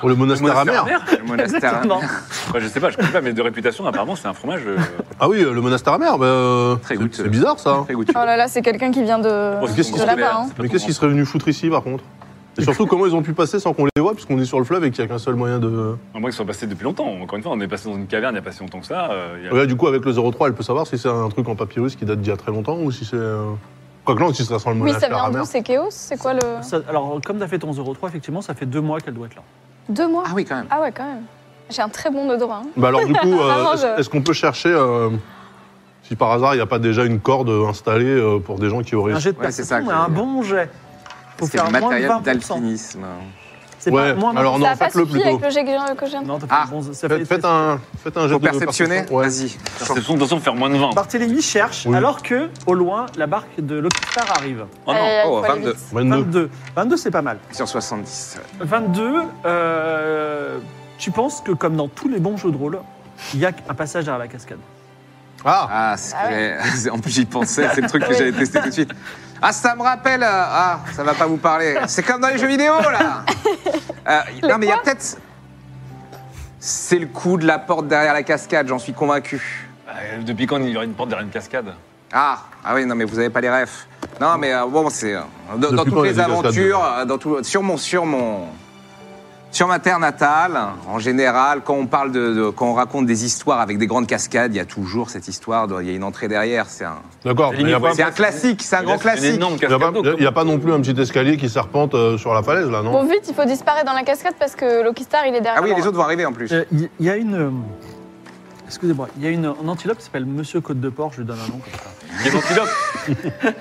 S3: Pour le monastère amer.
S4: Le monastère. hein.
S1: Exactement.
S2: Enfin, hein. je sais pas, je connais pas, mais de réputation, apparemment, c'est un fromage. euh,
S3: Ah oui, le monastère amer. bah, euh,
S4: Très
S3: c'est
S4: goûteux.
S3: c'est bizarre ça.
S4: Très goûteux.
S6: Oh là là, c'est quelqu'un qui vient de,
S2: Oh,
S3: Mais qu'est-ce
S2: ton
S3: qui
S6: de
S3: se
S2: goût,
S6: là-bas.
S2: hein.
S6: hein.
S2: C'est pas
S3: Mais
S2: ton
S3: qu'est-ce qu'ils seraient venus foutre ici par contre Et surtout, comment ils ont pu passer sans qu'on les voit, puisqu'on est sur le fleuve et qu'il n'y a qu'un seul moyen de.
S2: À moins qu'ils soient passés depuis longtemps. Encore une fois, on est passé dans une caverne il n'y a pas si longtemps que ça. euh, il y a-
S3: Ouais, du coup, avec le 03, elle peut savoir si c'est un truc en papyrus qui date d'il y a très longtemps ou si c'est. euh, Quoi que non, si ça sent le
S6: Oui,
S3: monastère
S6: ça vient
S3: amer.
S6: d'où C'est Chaos C'est quoi le.
S1: Ça- alors, comme tu as fait ton 0,3, effectivement, ça fait deux mois qu'elle doit être là.
S6: Deux mois
S4: Ah oui, quand même.
S6: Ah ouais, quand même. J'ai un très bon odorat. hein.
S3: Bah alors, du coup, euh,
S6: Vraiment,
S3: est-ce
S6: je-
S3: est-ce qu'on peut chercher. euh, Si par hasard il n'y a pas déjà une corde installée euh, pour des gens qui auraient.
S1: Un jet de
S4: Ouais, c'est
S1: perception,
S4: ça que
S1: mais un
S4: j'allais
S1: bon jet. Faut
S4: C'est
S1: faire
S4: du
S1: moins de
S4: matériel
S1: 20%.
S4: d'alpinisme.
S1: C'est
S3: Ouais,
S1: pas moins de
S3: alors
S1: 20%.
S3: non,
S6: ça a pas
S3: faites-le
S6: suffi
S3: plutôt.
S6: avec le jet que j'ai- que j'ai.
S1: Non, t'as fait
S4: Ah,
S1: un bon- ça fait-
S3: Faites, faites un, faites un jet
S4: Faut
S3: de
S4: perceptionner
S3: perception. Ouais.
S4: Vas-y.
S2: C'est son intention de faire moins de
S3: Bah.
S2: 20.
S1: Barthélémy cherche,
S3: Oui.
S1: alors que, au loin, la barque de l'Occupar arrive.
S2: Oh
S6: Aïe,
S2: non.
S6: aïe, aïe,
S4: Oh,
S6: Euh, faut aller
S4: 22.
S6: vite.
S3: 22.
S1: 22. 22, c'est pas mal.
S4: Sur 70.
S1: 22, euh, tu penses que, comme dans tous les bons jeux de rôle, il y a un passage derrière la cascade.
S3: Ah
S4: Ah, c'est
S6: Ah
S4: que- en plus j'y pensais, c'est le truc que j'allais tester tout de suite. Ah, ça me rappelle. euh, Ah, ça va pas vous parler. C'est comme dans les jeux vidéo là. Euh, non, mais il y a peut-être. C'est le coup de la porte derrière la cascade, j'en suis convaincu.
S2: Euh, Depuis quand il y aurait une porte derrière une cascade
S4: Ah, ah oui, non, mais vous avez pas les refs. Non, mais euh, bon, c'est. euh, dans-
S3: Depuis
S4: dans
S3: quand
S4: toutes
S3: il y a
S4: les
S3: des cascades
S4: aventures, euh, dans tout, sur mon. Sur mon sur ma terre natale, en général, quand on parle de, de- quand on raconte des histoires avec des grandes cascades, il y a toujours cette histoire. de- Il y a une entrée derrière. C'est un,
S3: D'accord,
S2: C'est
S3: mais il n'y a,
S2: limite,
S3: pas-
S2: ouais.
S4: Ah c'est un classique. C'est un
S2: Et
S4: grand
S2: là, c'est
S4: classique.
S2: Une énorme
S3: il y a
S2: cascade
S3: pas-
S2: d'eau,
S3: il y a pas non plus un petit escalier qui serpente euh, sur la falaise là, non
S6: Bon, vite, il faut disparaître dans la cascade parce que Lokistar, il est derrière.
S4: Ah oui,
S6: moi.
S4: les autres vont arriver en plus.
S1: Euh, Il y a une. euh, Excusez-moi, il y a une, un antilope qui s'appelle Monsieur Côte de Porc, je lui donne un nom comme ça,
S2: Il y a une antilope.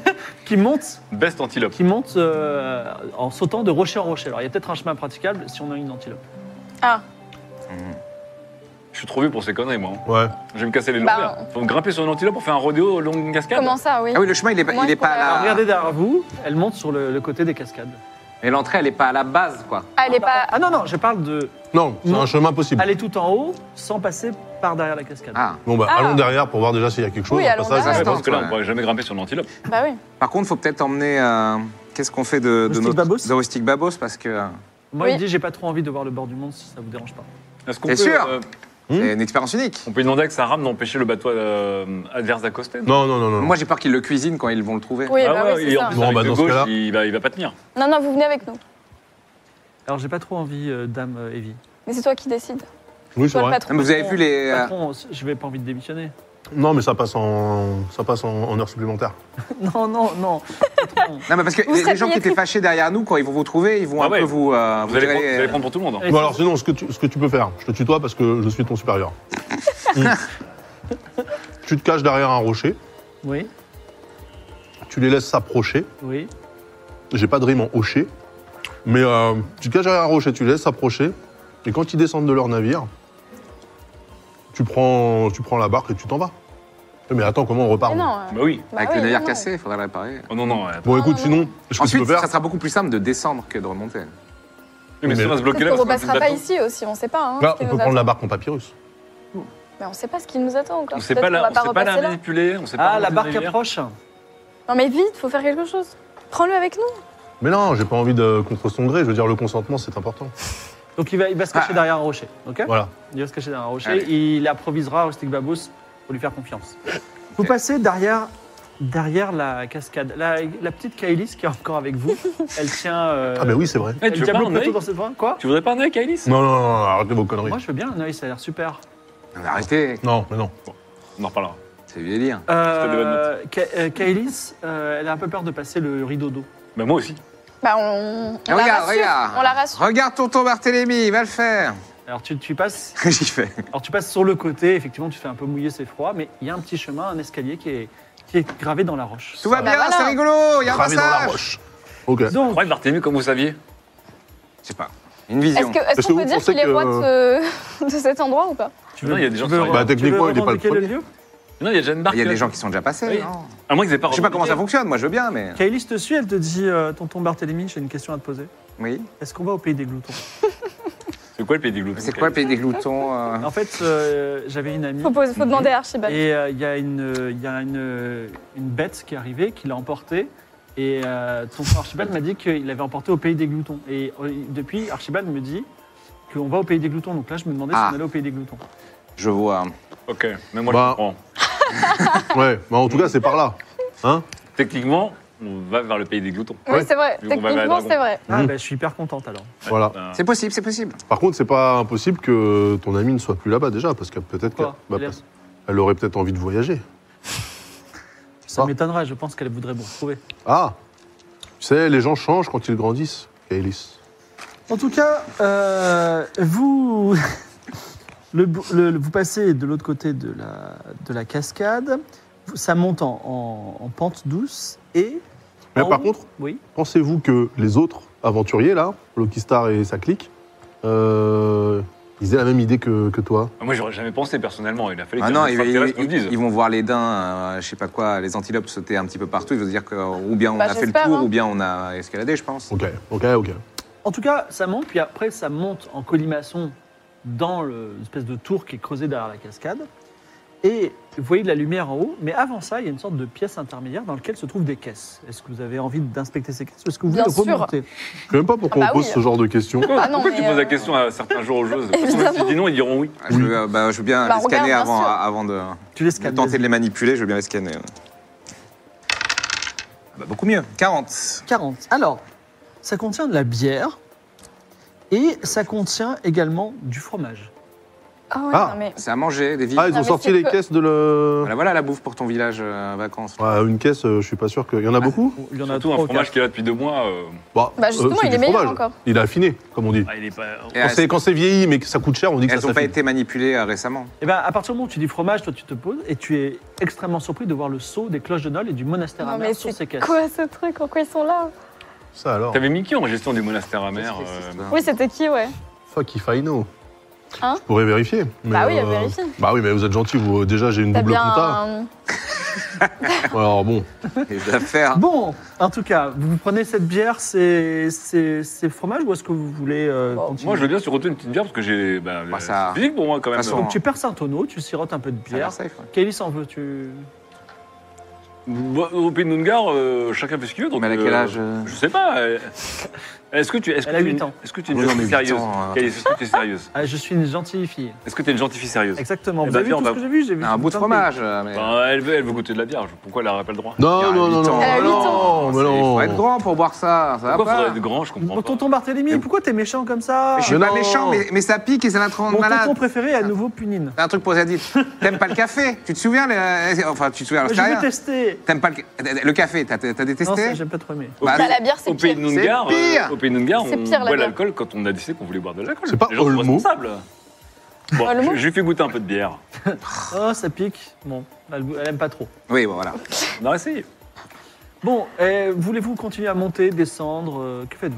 S1: qui monte,
S2: Best antilope.
S1: qui monte euh, en sautant de rocher en rocher. Alors il y a peut-être un chemin praticable si on a une antilope.
S6: Ah,
S2: Je suis trop vieux pour ces conneries, moi. hein.
S3: Ouais.
S2: Je vais me casser les
S6: Bah,
S2: lombaires. Faut me grimper sur une antilope pour faire un rodéo longue cascade
S6: comment ça, oui.
S4: Ah oui, le chemin, il est, pas-
S6: Moi,
S4: il est
S6: je
S4: pas
S6: pourrais-
S4: à la...
S1: Regardez derrière vous, elle monte sur le, le côté des cascades.
S4: Mais l'entrée, elle est pas à la base, quoi.
S6: Ah, elle est pas.
S1: Ah non, non, je parle de
S3: Non, c'est
S1: Non.
S3: un chemin possible.
S1: aller tout en haut sans passer par derrière la cascade.
S4: Ah.
S3: Bon bah
S6: Ah.
S3: allons derrière pour voir déjà s'il y a quelque chose.
S6: Oui,
S3: un
S6: allons
S3: passage,
S2: Ouais,
S6: derrière.
S3: un
S2: parce
S3: passage.
S2: que là, on
S4: Ouais.
S2: pourrait jamais grimper sur une antilope.
S6: Bah oui.
S4: Par contre, faut peut-être emmener... euh, Qu'est-ce qu'on fait de, de
S1: Rustic
S4: notre...
S1: Babos
S4: de Rustic Babos, parce que euh,
S1: Moi, il
S6: Oui.
S1: dit j'ai pas trop envie de voir le bord du monde si ça vous dérange pas.
S2: Est-ce qu'on
S4: T'es
S2: peut,
S4: sûr
S2: euh,
S3: Hmm.
S4: c'est une expérience unique.
S2: on peut demander à que sa rame d'empêcher le bateau euh, adverse d'accoster
S3: Non, non, non, non.
S4: Moi, j'ai peur qu'ils le cuisinent quand ils vont le trouver.
S3: Eh
S6: Oui, bah oui,
S2: Ah ouais,
S6: c'est
S2: et en
S6: ça.
S2: plus,
S3: Bon,
S2: avec
S3: bah,
S2: le
S3: dans ce
S2: gauche,
S3: cas-là-
S2: il, va, il va pas tenir.
S6: Non, non, vous venez avec nous.
S1: Alors j'ai pas trop envie, euh, dame euh, Evie.
S6: Mais c'est toi qui décides.
S3: Oui, c'est
S6: Toi, le
S3: vrai.
S6: patron.
S4: Non, mais vous avez vu les... euh,
S1: Patron, je vais pas envie de démissionner.
S3: Non, mais ça passe en, ça passe en, en heure supplémentaire.
S1: Non, non, non. Patron.
S4: Non, mais parce que
S6: Vous
S4: les, les
S6: serez
S4: gens qui étaient
S6: pris-
S4: fâchés derrière nous, quand ils vont vous trouver, ils vont
S2: Ah
S4: un
S2: ouais.
S4: peu vous... euh,
S2: Vous
S4: direz-
S2: allez, prendre, vous allez prendre pour tout le monde. hein.
S1: Et
S3: Bon
S1: ça-
S3: alors sinon, ce que tu, ce que tu peux faire, je te tutoie parce que je suis ton supérieur. Mm. Tu te caches derrière un rocher,
S1: Oui,
S3: tu les laisses s'approcher.
S1: oui.
S3: J'ai pas de rime en hocher, mais euh, tu te caches derrière un rocher, tu les laisses s'approcher. Et quand ils descendent de leur navire, tu prends, tu prends la barque et tu t'en vas. Eh, Mais attends, comment on repart
S6: Mais
S3: on-
S6: non. euh,
S2: Bah oui.
S6: bah
S4: Avec
S6: oui,
S4: le
S6: non,
S4: navire
S6: non.
S4: cassé, il faudrait le réparer.
S2: Oh non, non. ouais.
S3: Bon, écoute,
S6: Non, non,
S3: sinon, ce que tu
S4: Ensuite,
S3: peux
S4: ça
S3: faire,
S4: sera beaucoup plus simple de descendre que de remonter.
S2: Oui, mais,
S3: Mais-
S2: si on va se bloquer
S6: Peut-être
S2: là,
S6: qu'on
S2: parce qu'on a plus de
S6: repassera pas
S2: bateau.
S6: ici aussi, on sait pas. Hein,
S3: là,
S6: ce qui
S3: on
S6: nous
S3: peut prendre
S6: attend.
S3: la barque en papyrus.
S6: Mais on sait pas ce qui nous attend encore.
S2: On sait
S6: Peut-être
S2: pas
S6: qu'on
S2: la,
S6: va
S2: on sait pas
S6: repasser
S2: la
S6: là.
S2: manipuler. On sait pas
S1: Ah, la
S2: remonter
S1: barque
S2: une rivière.
S1: approche.
S6: Non, mais vite, faut faire quelque chose. Prends-le avec nous.
S3: Mais non, j'ai pas envie de contre son gré. Je veux dire, le consentement, c'est important.
S6: Hein
S1: Donc il va, il va se cacher
S4: Ah.
S1: derrière un rocher. Ok
S3: Voilà.
S1: Il va se cacher derrière un rocher.
S4: Allez.
S1: Il improvisera Rustic Babos pour lui faire confiance. Vous passez derrière, derrière la cascade. La, la petite Kailis qui est encore avec vous, elle tient. euh,
S3: Ah, mais oui, c'est vrai.
S2: Eh,
S1: Elle
S2: tu, veux
S1: tient
S2: pas
S1: le
S2: un
S1: plateau
S2: œil
S1: dans ses bras. Quoi
S2: tu voudrais pas un œil, Kailis
S3: Non, non, non, non, arrêtez vos conneries.
S1: Moi, je veux bien un œil, ça a l'air super.
S4: Non, mais arrêtez,
S3: Non, mais non.
S2: On en reparlera.
S4: c'est vieux lire.
S1: Euh, Ka- euh, Kaelis, euh, elle a un peu peur de passer le rideau d'eau.
S2: Bah moi aussi.
S6: Bah, on, on la
S4: regarde,
S6: rassure.
S4: regarde.
S6: On la rassure.
S4: Regarde tonton Barthélémy, il va le faire.
S1: Alors tu, tu passes,
S4: J'y fais.
S1: alors tu passes sur le côté, effectivement tu fais un peu mouiller, c'est froid, mais il y a un petit chemin, un escalier qui est, qui est gravé dans la roche. Ah,
S4: Tout va
S6: Bah
S4: bien,
S6: voilà.
S4: c'est rigolo, il y a un
S3: Gravé dans la
S4: passage.
S3: roche. Ok.
S1: Donc,
S2: Ouais, Barthélemy, comme vous saviez.
S4: Je sais pas, une
S6: Est-ce
S4: vision.
S6: que- est-ce
S3: Est-ce
S6: qu'on
S3: que
S6: peut
S3: vous
S6: dire
S3: pensez
S6: qu'il est roi
S3: que-
S6: de, ce- de cet endroit ou pas
S1: tu
S2: Non, il y a des gens
S1: tu veux-
S2: qui sont-
S3: Bah,
S1: tu
S3: techniquement,
S1: veux
S3: il est pas le
S1: revendiquer
S3: premier.
S1: lieu
S2: Non, il y a Jeanne d'Arc.
S4: Il y a des gens qui sont déjà passés.
S2: Oui.
S4: non
S2: À moins qu'ils aient pas
S4: Je sais pas comment ça
S2: revendiqué.
S4: fonctionne, moi je veux bien, mais.
S1: Kailis te suit, elle te dit euh, Tonton Barthélemy, j'ai une question à te poser.
S4: Oui.
S1: Est-ce qu'on va au pays des gloutons
S2: C'est quoi le pays des gloutons
S4: C'est quoi le pays des gloutons euh,
S3: Ah.
S1: En fait, euh, j'avais une amie.
S6: Faut, poser- faut demander à Archibald.
S1: Et euh, il y a, une, il y a une, une bête qui est arrivée, qui l'a emportée. Et euh, tonton Archibald m'a dit qu'il l'avait emportée au pays des gloutons. Et euh, depuis, Archibald me dit qu'on va au pays des gloutons. Donc là, je me demandais
S4: Ah.
S1: si on allait au pays des gloutons.
S3: Mmh.
S4: Je vois.
S2: Ok, même moi
S3: Bah.
S2: je comprends.
S3: Ouais, bah, en tout cas, c'est par là. Hein
S2: Techniquement, on va vers le pays des gloutons.
S6: Oui, c'est vrai.
S2: Vu qu'on va vers
S6: Techniquement,
S2: Dragon.
S6: c'est vrai.
S1: Ah,
S3: Mhm.
S1: bah, je suis hyper contente alors.
S3: Voilà.
S2: Euh,
S4: C'est possible, c'est possible.
S3: Par contre, c'est pas impossible que ton ami ne soit plus là-bas déjà, parce que peut-être qu'elle
S1: Quoi
S3: bah,
S1: Elle-
S3: parce- elle aurait peut-être envie de voyager.
S1: Ça
S3: Ah.
S1: m'étonnerait, je pense qu'elle voudrait me retrouver.
S3: Ah Tu sais, les gens changent quand ils grandissent, Kaelis.
S1: En tout cas, euh, vous, le, bou- le- le- vous passez de l'autre côté de la, de la cascade. Ça monte en, en- en pente douce. Et.
S3: Mais
S1: en
S3: par
S1: haut-
S3: contre,
S1: Oui.
S3: pensez-vous que les autres aventuriers, là, Loki Star et sa clique, euh, ils aient la même idée que, que toi
S2: Moi j'aurais jamais pensé personnellement, il a fallu
S4: Ah
S2: que
S4: non,
S2: les
S4: ils,
S2: extraterrestres
S4: ils-
S2: nous le disent.
S4: ils vont voir les dins, euh, je sais pas quoi, les antilopes sauter un petit peu partout. Je veux dire que ou bien on
S6: Bah,
S4: a fait le tour,
S6: j'espère, hein.
S4: ou bien on a escaladé, je pense.
S3: Ok, ok, ok.
S1: En tout cas, ça monte, puis après, ça monte en colimaçon dans le- l'espèce de tour qui est creusée derrière la cascade. Et vous voyez de la lumière en haut, mais avant ça, il y a une sorte de pièce intermédiaire dans laquelle se trouvent des caisses. Est-ce que vous avez envie d'inspecter ces caisses ou est-ce que vous voulez
S6: Bien sûr.
S1: remonter
S3: Je sais même pas pourquoi
S6: Ah bah
S3: on pose
S6: oui.
S3: ce genre de questions.
S2: Pourquoi,
S6: Ah non,
S2: pourquoi
S6: mais
S2: tu poses
S6: euh,
S2: la question à certains jours aux joueuses Parce que même s'ils disent non, ils diront oui.
S4: Je veux, euh, bah, je veux bien
S6: Bah,
S4: les
S6: regarde,
S4: scanner
S6: bien
S4: avant,
S6: sûr.
S4: avant de,
S1: Tu les
S4: de
S1: scannes.
S4: tenter de
S1: vas-y.
S4: les manipuler. Je veux bien les scanner. Ah bah, beaucoup mieux. 40.
S1: 40. Alors, ça contient de la bière et ça contient également du fromage.
S6: Ah ouais,
S3: Ah.
S6: non, mais.
S4: C'est à manger, des vies.
S3: Ah, ils
S6: Non,
S3: ont
S6: mais
S3: sorti
S6: c'est
S3: les
S6: que-
S3: caisses de le.
S4: Voilà, voilà la bouffe pour ton village euh, vacances.
S3: Ouais, une caisse, euh, je suis pas sûr qu'il y
S1: Ah.
S3: en a beaucoup.
S1: Il y en a
S2: Surtout un
S1: trois ou
S2: fromage
S1: quatre.
S2: qui est là depuis deux mois. euh,
S6: Bah, justement,
S3: c'est
S6: il
S3: du
S6: est meilleur
S3: fromage.
S6: encore.
S3: Il a affiné, comme on dit.
S2: ah, il est
S4: Et
S2: pas.
S3: Quand
S4: elles-
S3: c'est- Quand c'est vieilli mais que ça coûte cher, on dit que
S4: Elles
S3: ça
S4: n'ont pas
S3: s'affine.
S4: été manipulées euh, récemment.
S1: Eh ben, à partir du moment où tu dis fromage, toi tu te poses et tu es extrêmement surpris de voir le sceau des cloches de Nol et du monastère
S6: Non,
S1: amer
S6: mais
S1: sur ces
S6: c'est
S1: caisses.
S6: quoi ce truc Pourquoi ils sont là
S3: Ça alors.
S2: T'avais mis qui en gestion du monastère amer
S4: Qu'est-ce que c'est,
S2: euh,
S4: cette histoire
S6: Oui, c'était qui, ouais
S3: Fuck if I know.
S6: Hein
S3: je pourrais vérifier. mais,
S6: Bah oui, vérifie.
S3: Bah oui, mais vous êtes gentil. Vous, déjà, j'ai une
S6: T'as
S3: double
S6: bien
S3: compta.
S6: un-
S3: Alors bon,
S4: Les affaires.
S1: Bon, en tout cas, vous prenez cette bière, c'est c'est- c'est fromage ou est-ce que vous voulez euh,
S6: Bon,
S1: continuer
S2: Bah, Moi je veux bien surtout une petite bière parce que j'ai. Bah,
S4: Bah,
S2: c'est
S4: ça-
S2: physique pour moi quand même.
S4: De toute
S1: Donc
S4: façon,
S1: tu perces un tonneau, tu sirotes un peu de
S4: Ah, ça a l'air
S1: bière.
S4: safe, ouais.
S1: Kelly s'en veut, tu...
S2: Bah, Au pays de Nungar, euh, chacun fait ce qu'il veut. Donc,
S4: Mais à quel
S2: euh,
S4: âge, euh
S2: Je sais pas. euh, Est-ce que tu est-ce
S1: Elle
S2: que
S1: a
S2: tu es
S1: huit
S2: une-
S1: ans.
S2: Est-ce que tu es une
S4: Oui, non,
S2: gentille
S4: mais
S2: fille
S4: huit
S2: sérieuse
S4: ans, euh,
S2: Quelle- Est-ce que tu es sérieuse
S1: Ah, je suis une gentille fille.
S2: Est-ce que tu es une gentille fille sérieuse
S1: Exactement.
S2: Eh
S1: Vous
S2: ben,
S1: avez vu
S2: viens,
S1: tout
S2: on
S1: ce
S2: va-
S1: que j'ai vu, j'ai vu
S4: Un
S1: tout
S4: bout de
S1: plein
S4: fromage. euh, mais-
S2: Bah, elle, veut, elle veut goûter de la bière. je- Pourquoi elle n'aurait pas le droit
S3: non,
S4: Elle a
S3: non, non,
S4: huit
S3: non,
S4: ans.
S6: Elle a huit
S3: non,
S6: ans.
S3: mais non.
S4: Faut être grand pour boire ça, ça
S2: Pourquoi
S4: va
S2: faudrait
S4: pas.
S2: être grand Je comprends
S1: Bon,
S2: pas.
S1: tonton Barthélemy, pourquoi t'es méchant comme ça
S4: Je suis
S3: Mais
S4: pas
S3: non.
S4: méchant, mais, mais ça pique et ça va te rendre
S1: Mon
S4: malade.
S1: tonton préféré est à nouveau Punine.
S4: C'est un truc pour Zadie. T'aimes pas le café Tu te souviens les- euh, Enfin, tu te souviens,
S1: Je
S4: c'est rien.
S1: vais tester.
S4: T'aimes pas le... ca- le café T'as t'as
S1: Non,
S4: détesté
S1: ça, j'ai pas trop aimé.
S2: Au
S4: Bah,
S2: pays-
S6: Bah, la bière, c'est
S2: Au pays de
S6: pire.
S2: Nungar,
S4: C'est pire.
S2: euh, au pays de Nungar,
S6: C'est
S2: on
S6: pire, la
S2: boit
S6: bière.
S2: l'alcool quand on a décidé qu'on voulait boire de l'alcool.
S3: C'est pas
S2: Les gens sont
S3: Olmo.
S2: responsables. Bon,
S6: Olmo.
S2: je, je lui fais goûter un peu de bière.
S1: Oh, ça pique. Bon, elle, elle aime pas trop.
S4: Oui, bon, voilà.
S2: On a essayé.
S1: Bon, eh, voulez-vous continuer à monter, descendre euh, Que faites-vous